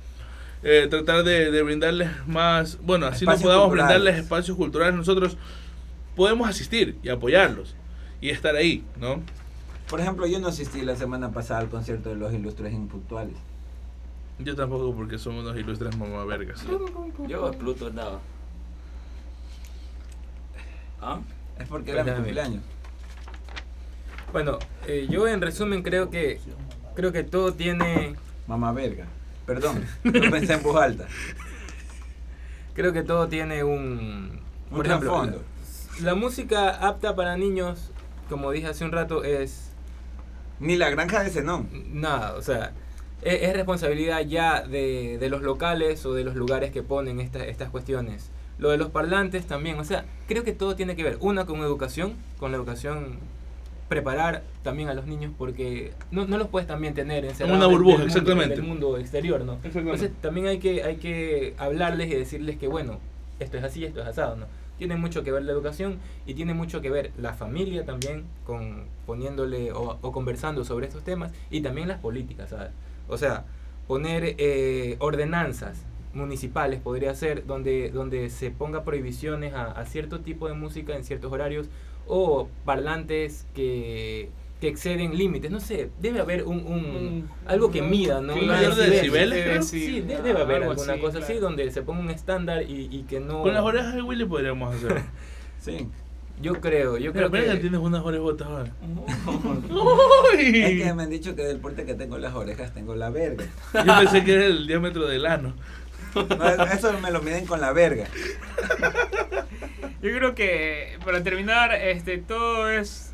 S1: Eh, tratar de, de brindarles más, bueno, así no
S2: Espacios
S1: podamos
S2: culturales.
S1: brindarles espacios culturales nosotros, podemos asistir y apoyarlos y estar ahí, ¿no?
S2: Por ejemplo, yo no asistí la semana pasada al concierto de los ilustres impuntuales.
S1: Yo tampoco porque somos unos ilustres mamavergas.
S3: Yo a Pluto andaba. ¿Ah?
S2: Es porque era mi
S5: Cuéntame.
S2: cumpleaños.
S5: Bueno, eh, yo en resumen creo que creo que todo tiene
S2: Mamá verga.
S5: *laughs*
S2: Perdón, no pensé en voz alta.
S5: creo que todo tiene un
S2: Un
S5: por ejemplo,
S2: trasfondo.
S5: la, la música apta para niños, como dije hace un rato, es
S2: Ni la granja de Zenón.
S5: nada, o sea, e-, es, es responsabilidad ya de, de los locales o de los lugares que ponen esta- estas cuestiones. Lo de los parlantes también, o sea, creo que todo tiene que ver, una con educación, con la educación preparar también a los niños porque no, no los puedes también tener en
S1: una burbuja, exactamente.
S5: del mundo exterior, ¿no?
S1: Exactamente.
S5: Entonces también hay que, hay que hablarles y decirles que, bueno, esto es así, esto es asado, ¿no? Tiene mucho que ver la educación y tiene mucho que ver la familia también con poniéndole o, o conversando sobre estos temas y también las políticas, ¿sabes? O sea, poner eh, ordenanzas municipales podría ser donde, donde se ponga prohibiciones a, a cierto tipo de música en ciertos horarios o parlantes que, que exceden límites. No sé, debe haber un, un-
S4: Un-
S5: algo que
S4: un-
S5: mida, ¿no?
S4: un
S5: Una
S1: mayor de decibeles,
S5: creo.
S4: creo.
S5: Sí, de-
S4: Mm. Sí, ah,
S5: debe haber
S4: algo
S5: alguna
S4: así,
S5: cosa así
S4: claro.
S5: donde se ponga un estándar y, y que no...
S1: Con las orejas de Willy podríamos hacer.
S4: *laughs*
S2: Sí.
S5: Yo creo,
S1: Mira,
S5: yo creo
S1: mira que
S5: que...
S1: tienes unas orejotas ahora.
S2: Es que
S1: ¡Uy!
S2: me han dicho que del porte que tengo en las orejas tengo la verga.
S1: Yo pensé que era el diámetro del ano.
S2: No, eso me lo miden con la verga.
S4: Yo creo que para terminar, este todo es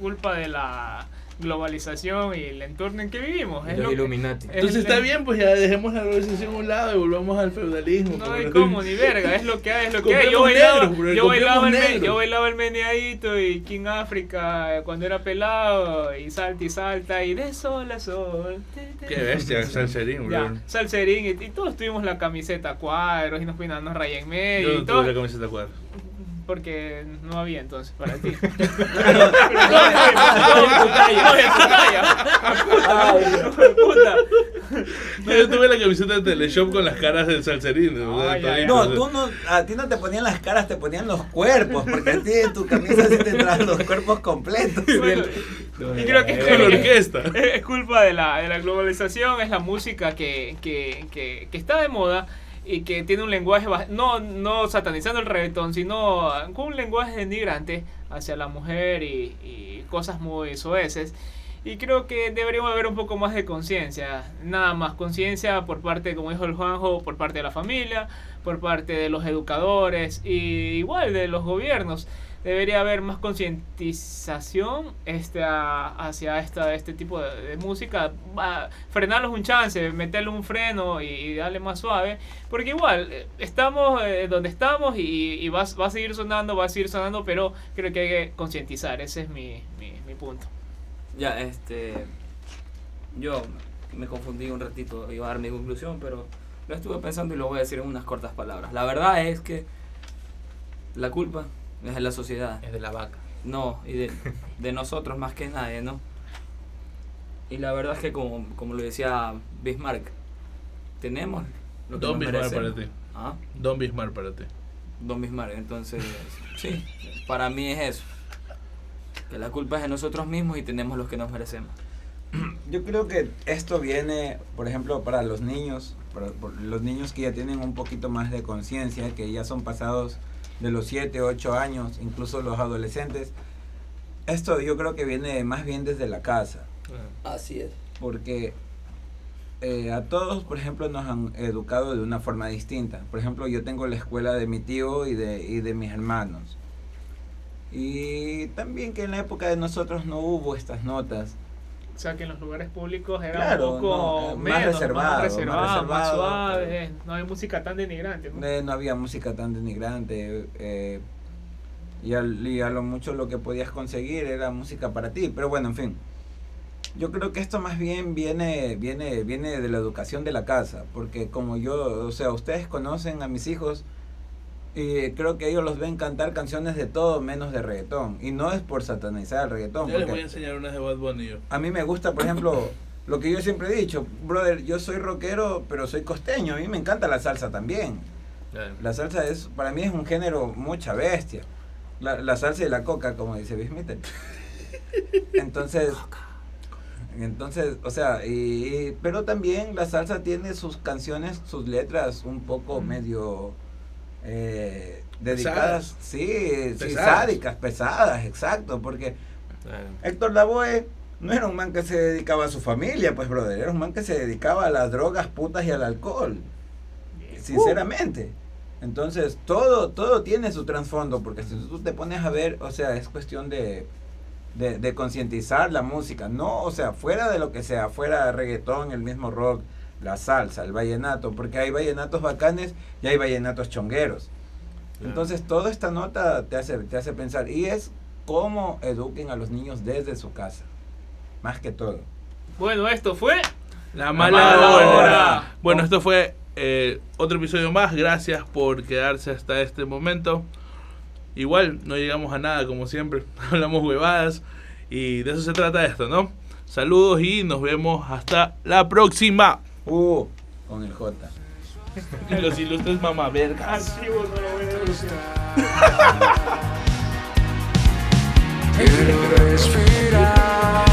S4: culpa de la globalización y el entorno en que vivimos. Es
S5: Los
S4: lo que-
S5: Illuminati.
S4: es
S1: Entonces
S4: la-
S1: está bien, pues ya dejemos la globalización a un lado y volvamos al feudalismo.
S4: No
S1: como
S4: hay
S1: lo-
S4: como ni verga, es lo que hay, es lo que hay. Yo
S1: Compremos
S4: bailaba,
S1: negros, bro,
S4: yo, bailaba el
S1: compremos
S4: me-
S1: negros.
S4: yo bailaba el meneadito y King África eh, cuando era pelado y salta y salta y de sol a sol. te, te,
S1: Qué
S4: te,
S1: bestia,
S4: te, te.
S1: Salserín,
S4: Ya,
S1: bro.
S4: salserín y, y todos tuvimos la camiseta a cuadros y nos peinamos raya en medio
S1: Yo
S4: y
S1: no
S4: todo.
S1: tuve la camiseta cuadra.
S4: Porque no había entonces para
S1: *laughs*
S4: ti. *laughs* no, no, había tu talla, no había tu talla.
S5: Ay,
S4: Puta, puta.
S1: No, yo tuve la camiseta de Teleshop con las caras del Salserín.
S4: Ah,
S1: o sea,
S4: ya,
S1: todavía-
S4: ya.
S2: No, tú no, a ti no te ponían las caras, te ponían los cuerpos, porque a ti en tu camisa sí te traen los cuerpos completos.
S4: Bueno, y creo que
S1: Con la orquesta.
S4: *laughs* es es culpa de la, de la globalización, es la música que, que, que, que está de moda y que tiene un lenguaje, bas- no, no satanizando el reggaetón, sino ah, con un lenguaje denigrante hacia la mujer y, y cosas muy soeces. Y creo que deberíamos haber un poco más de conciencia, nada más conciencia por parte, como dijo el Juanjo, por parte de la familia, por parte de los educadores y igual de los gobiernos. Debería haber más concientización este, a- hacia esta, este tipo de, de música. Va, frenarlos un chance, meterle un freno y, y darle más suave. Porque igual, eh, estamos eh, donde estamos y, y va, a- va a seguir sonando, va a seguir sonando, pero creo que hay que concientizar. Ese es mi, mi- mi punto.
S3: Ya, este. Yo me confundí un ratito, iba a dar mi conclusión, pero lo estuve pensando y lo voy a decir en unas cortas palabras. La verdad es que la culpa es de la sociedad,
S5: Es de la vaca.
S3: no, y de, de nosotros más que nadie, ¿no? Y la verdad es que, como, como lo decía Bismarck, tenemos lo que
S1: Don
S3: nos
S1: Bismarck
S3: merecemos.
S1: para ti.
S3: ¿Ah?
S1: Don Bismarck para ti.
S3: Don Bismarck. Entonces, sí, para mí es eso. Que la culpa es de nosotros mismos y tenemos los que nos merecemos.
S2: Yo creo que esto viene, por ejemplo, para los niños, para por los niños que ya tienen un poquito más de conciencia, que ya son pasados de los 7, 8 años, incluso los adolescentes. Esto yo creo que viene más bien desde la casa,
S4: Ah.
S3: Así es.
S2: porque eh, a todos, por ejemplo, nos han educado de una forma distinta. Por ejemplo, yo tengo la escuela de mi tío y de, y de mis hermanos. Y también que en la época de nosotros no hubo estas notas.
S4: O sea, que en los lugares públicos era
S2: Claro,
S4: un poco
S2: no, eh, más
S4: menos,
S2: reservado,
S4: más
S2: más
S4: reservado, más
S2: reservado.
S4: suave. No hay música tan denigrante. ¿no?
S2: Eh, no había música tan denigrante. eh, y, al- y a lo mucho lo que podías conseguir era música para ti. Pero bueno, en fin. Yo creo que esto más bien viene, viene, viene de la educación de la casa. Porque como yo, o sea, ustedes conocen a mis hijos. Y creo que ellos los ven cantar canciones de todo menos de reggaetón. Y no es por satanizar el reggaetón.
S1: Ya les
S2: porque-
S1: voy a enseñar unas de Bad Bunny yo.
S2: a mí me gusta, por ejemplo, lo que yo siempre he dicho, brother, yo soy rockero, pero soy costeño, a mí me encanta la salsa también. La salsa es, para mí es un género mucha bestia. La, la salsa y la coca, como dice Bismiter. Entonces, entonces, o sea, y, y- pero también la salsa tiene sus canciones, sus letras un poco
S4: Mm.
S2: medio eh, dedicadas, sí, sí,
S1: Pesadas.
S2: sádicas, pesadas, exacto, porque Héctor Lavoe no era un man que se dedicaba a su familia, pues, brother. Era un man que se dedicaba a las drogas, putas y al alcohol.
S4: Uh.
S2: Sinceramente. Entonces, todo, todo tiene su trasfondo, porque si tú te pones a ver, o sea, es cuestión de, de, de concientizar la música. No, o sea, fuera de lo que sea, fuera de reggaetón, el mismo rock, la salsa, el vallenato, porque hay vallenatos bacanes y hay vallenatos chongueros. Entonces, toda esta nota te hace, te hace pensar. Y es cómo eduquen a los niños desde su casa. Más que todo.
S4: Bueno, esto fue.
S1: La mala,
S2: mala
S1: hora.
S2: hora.
S1: Bueno, esto fue eh, otro episodio más. Gracias por quedarse hasta este momento. Igual, no llegamos a nada, como siempre. *laughs* Hablamos huevadas. Y de eso se trata esto, ¿no? Saludos y nos vemos hasta la próxima.
S2: Uh, con el J.
S1: Los ilustres mamá
S4: Archivo
S6: Quiero respirar.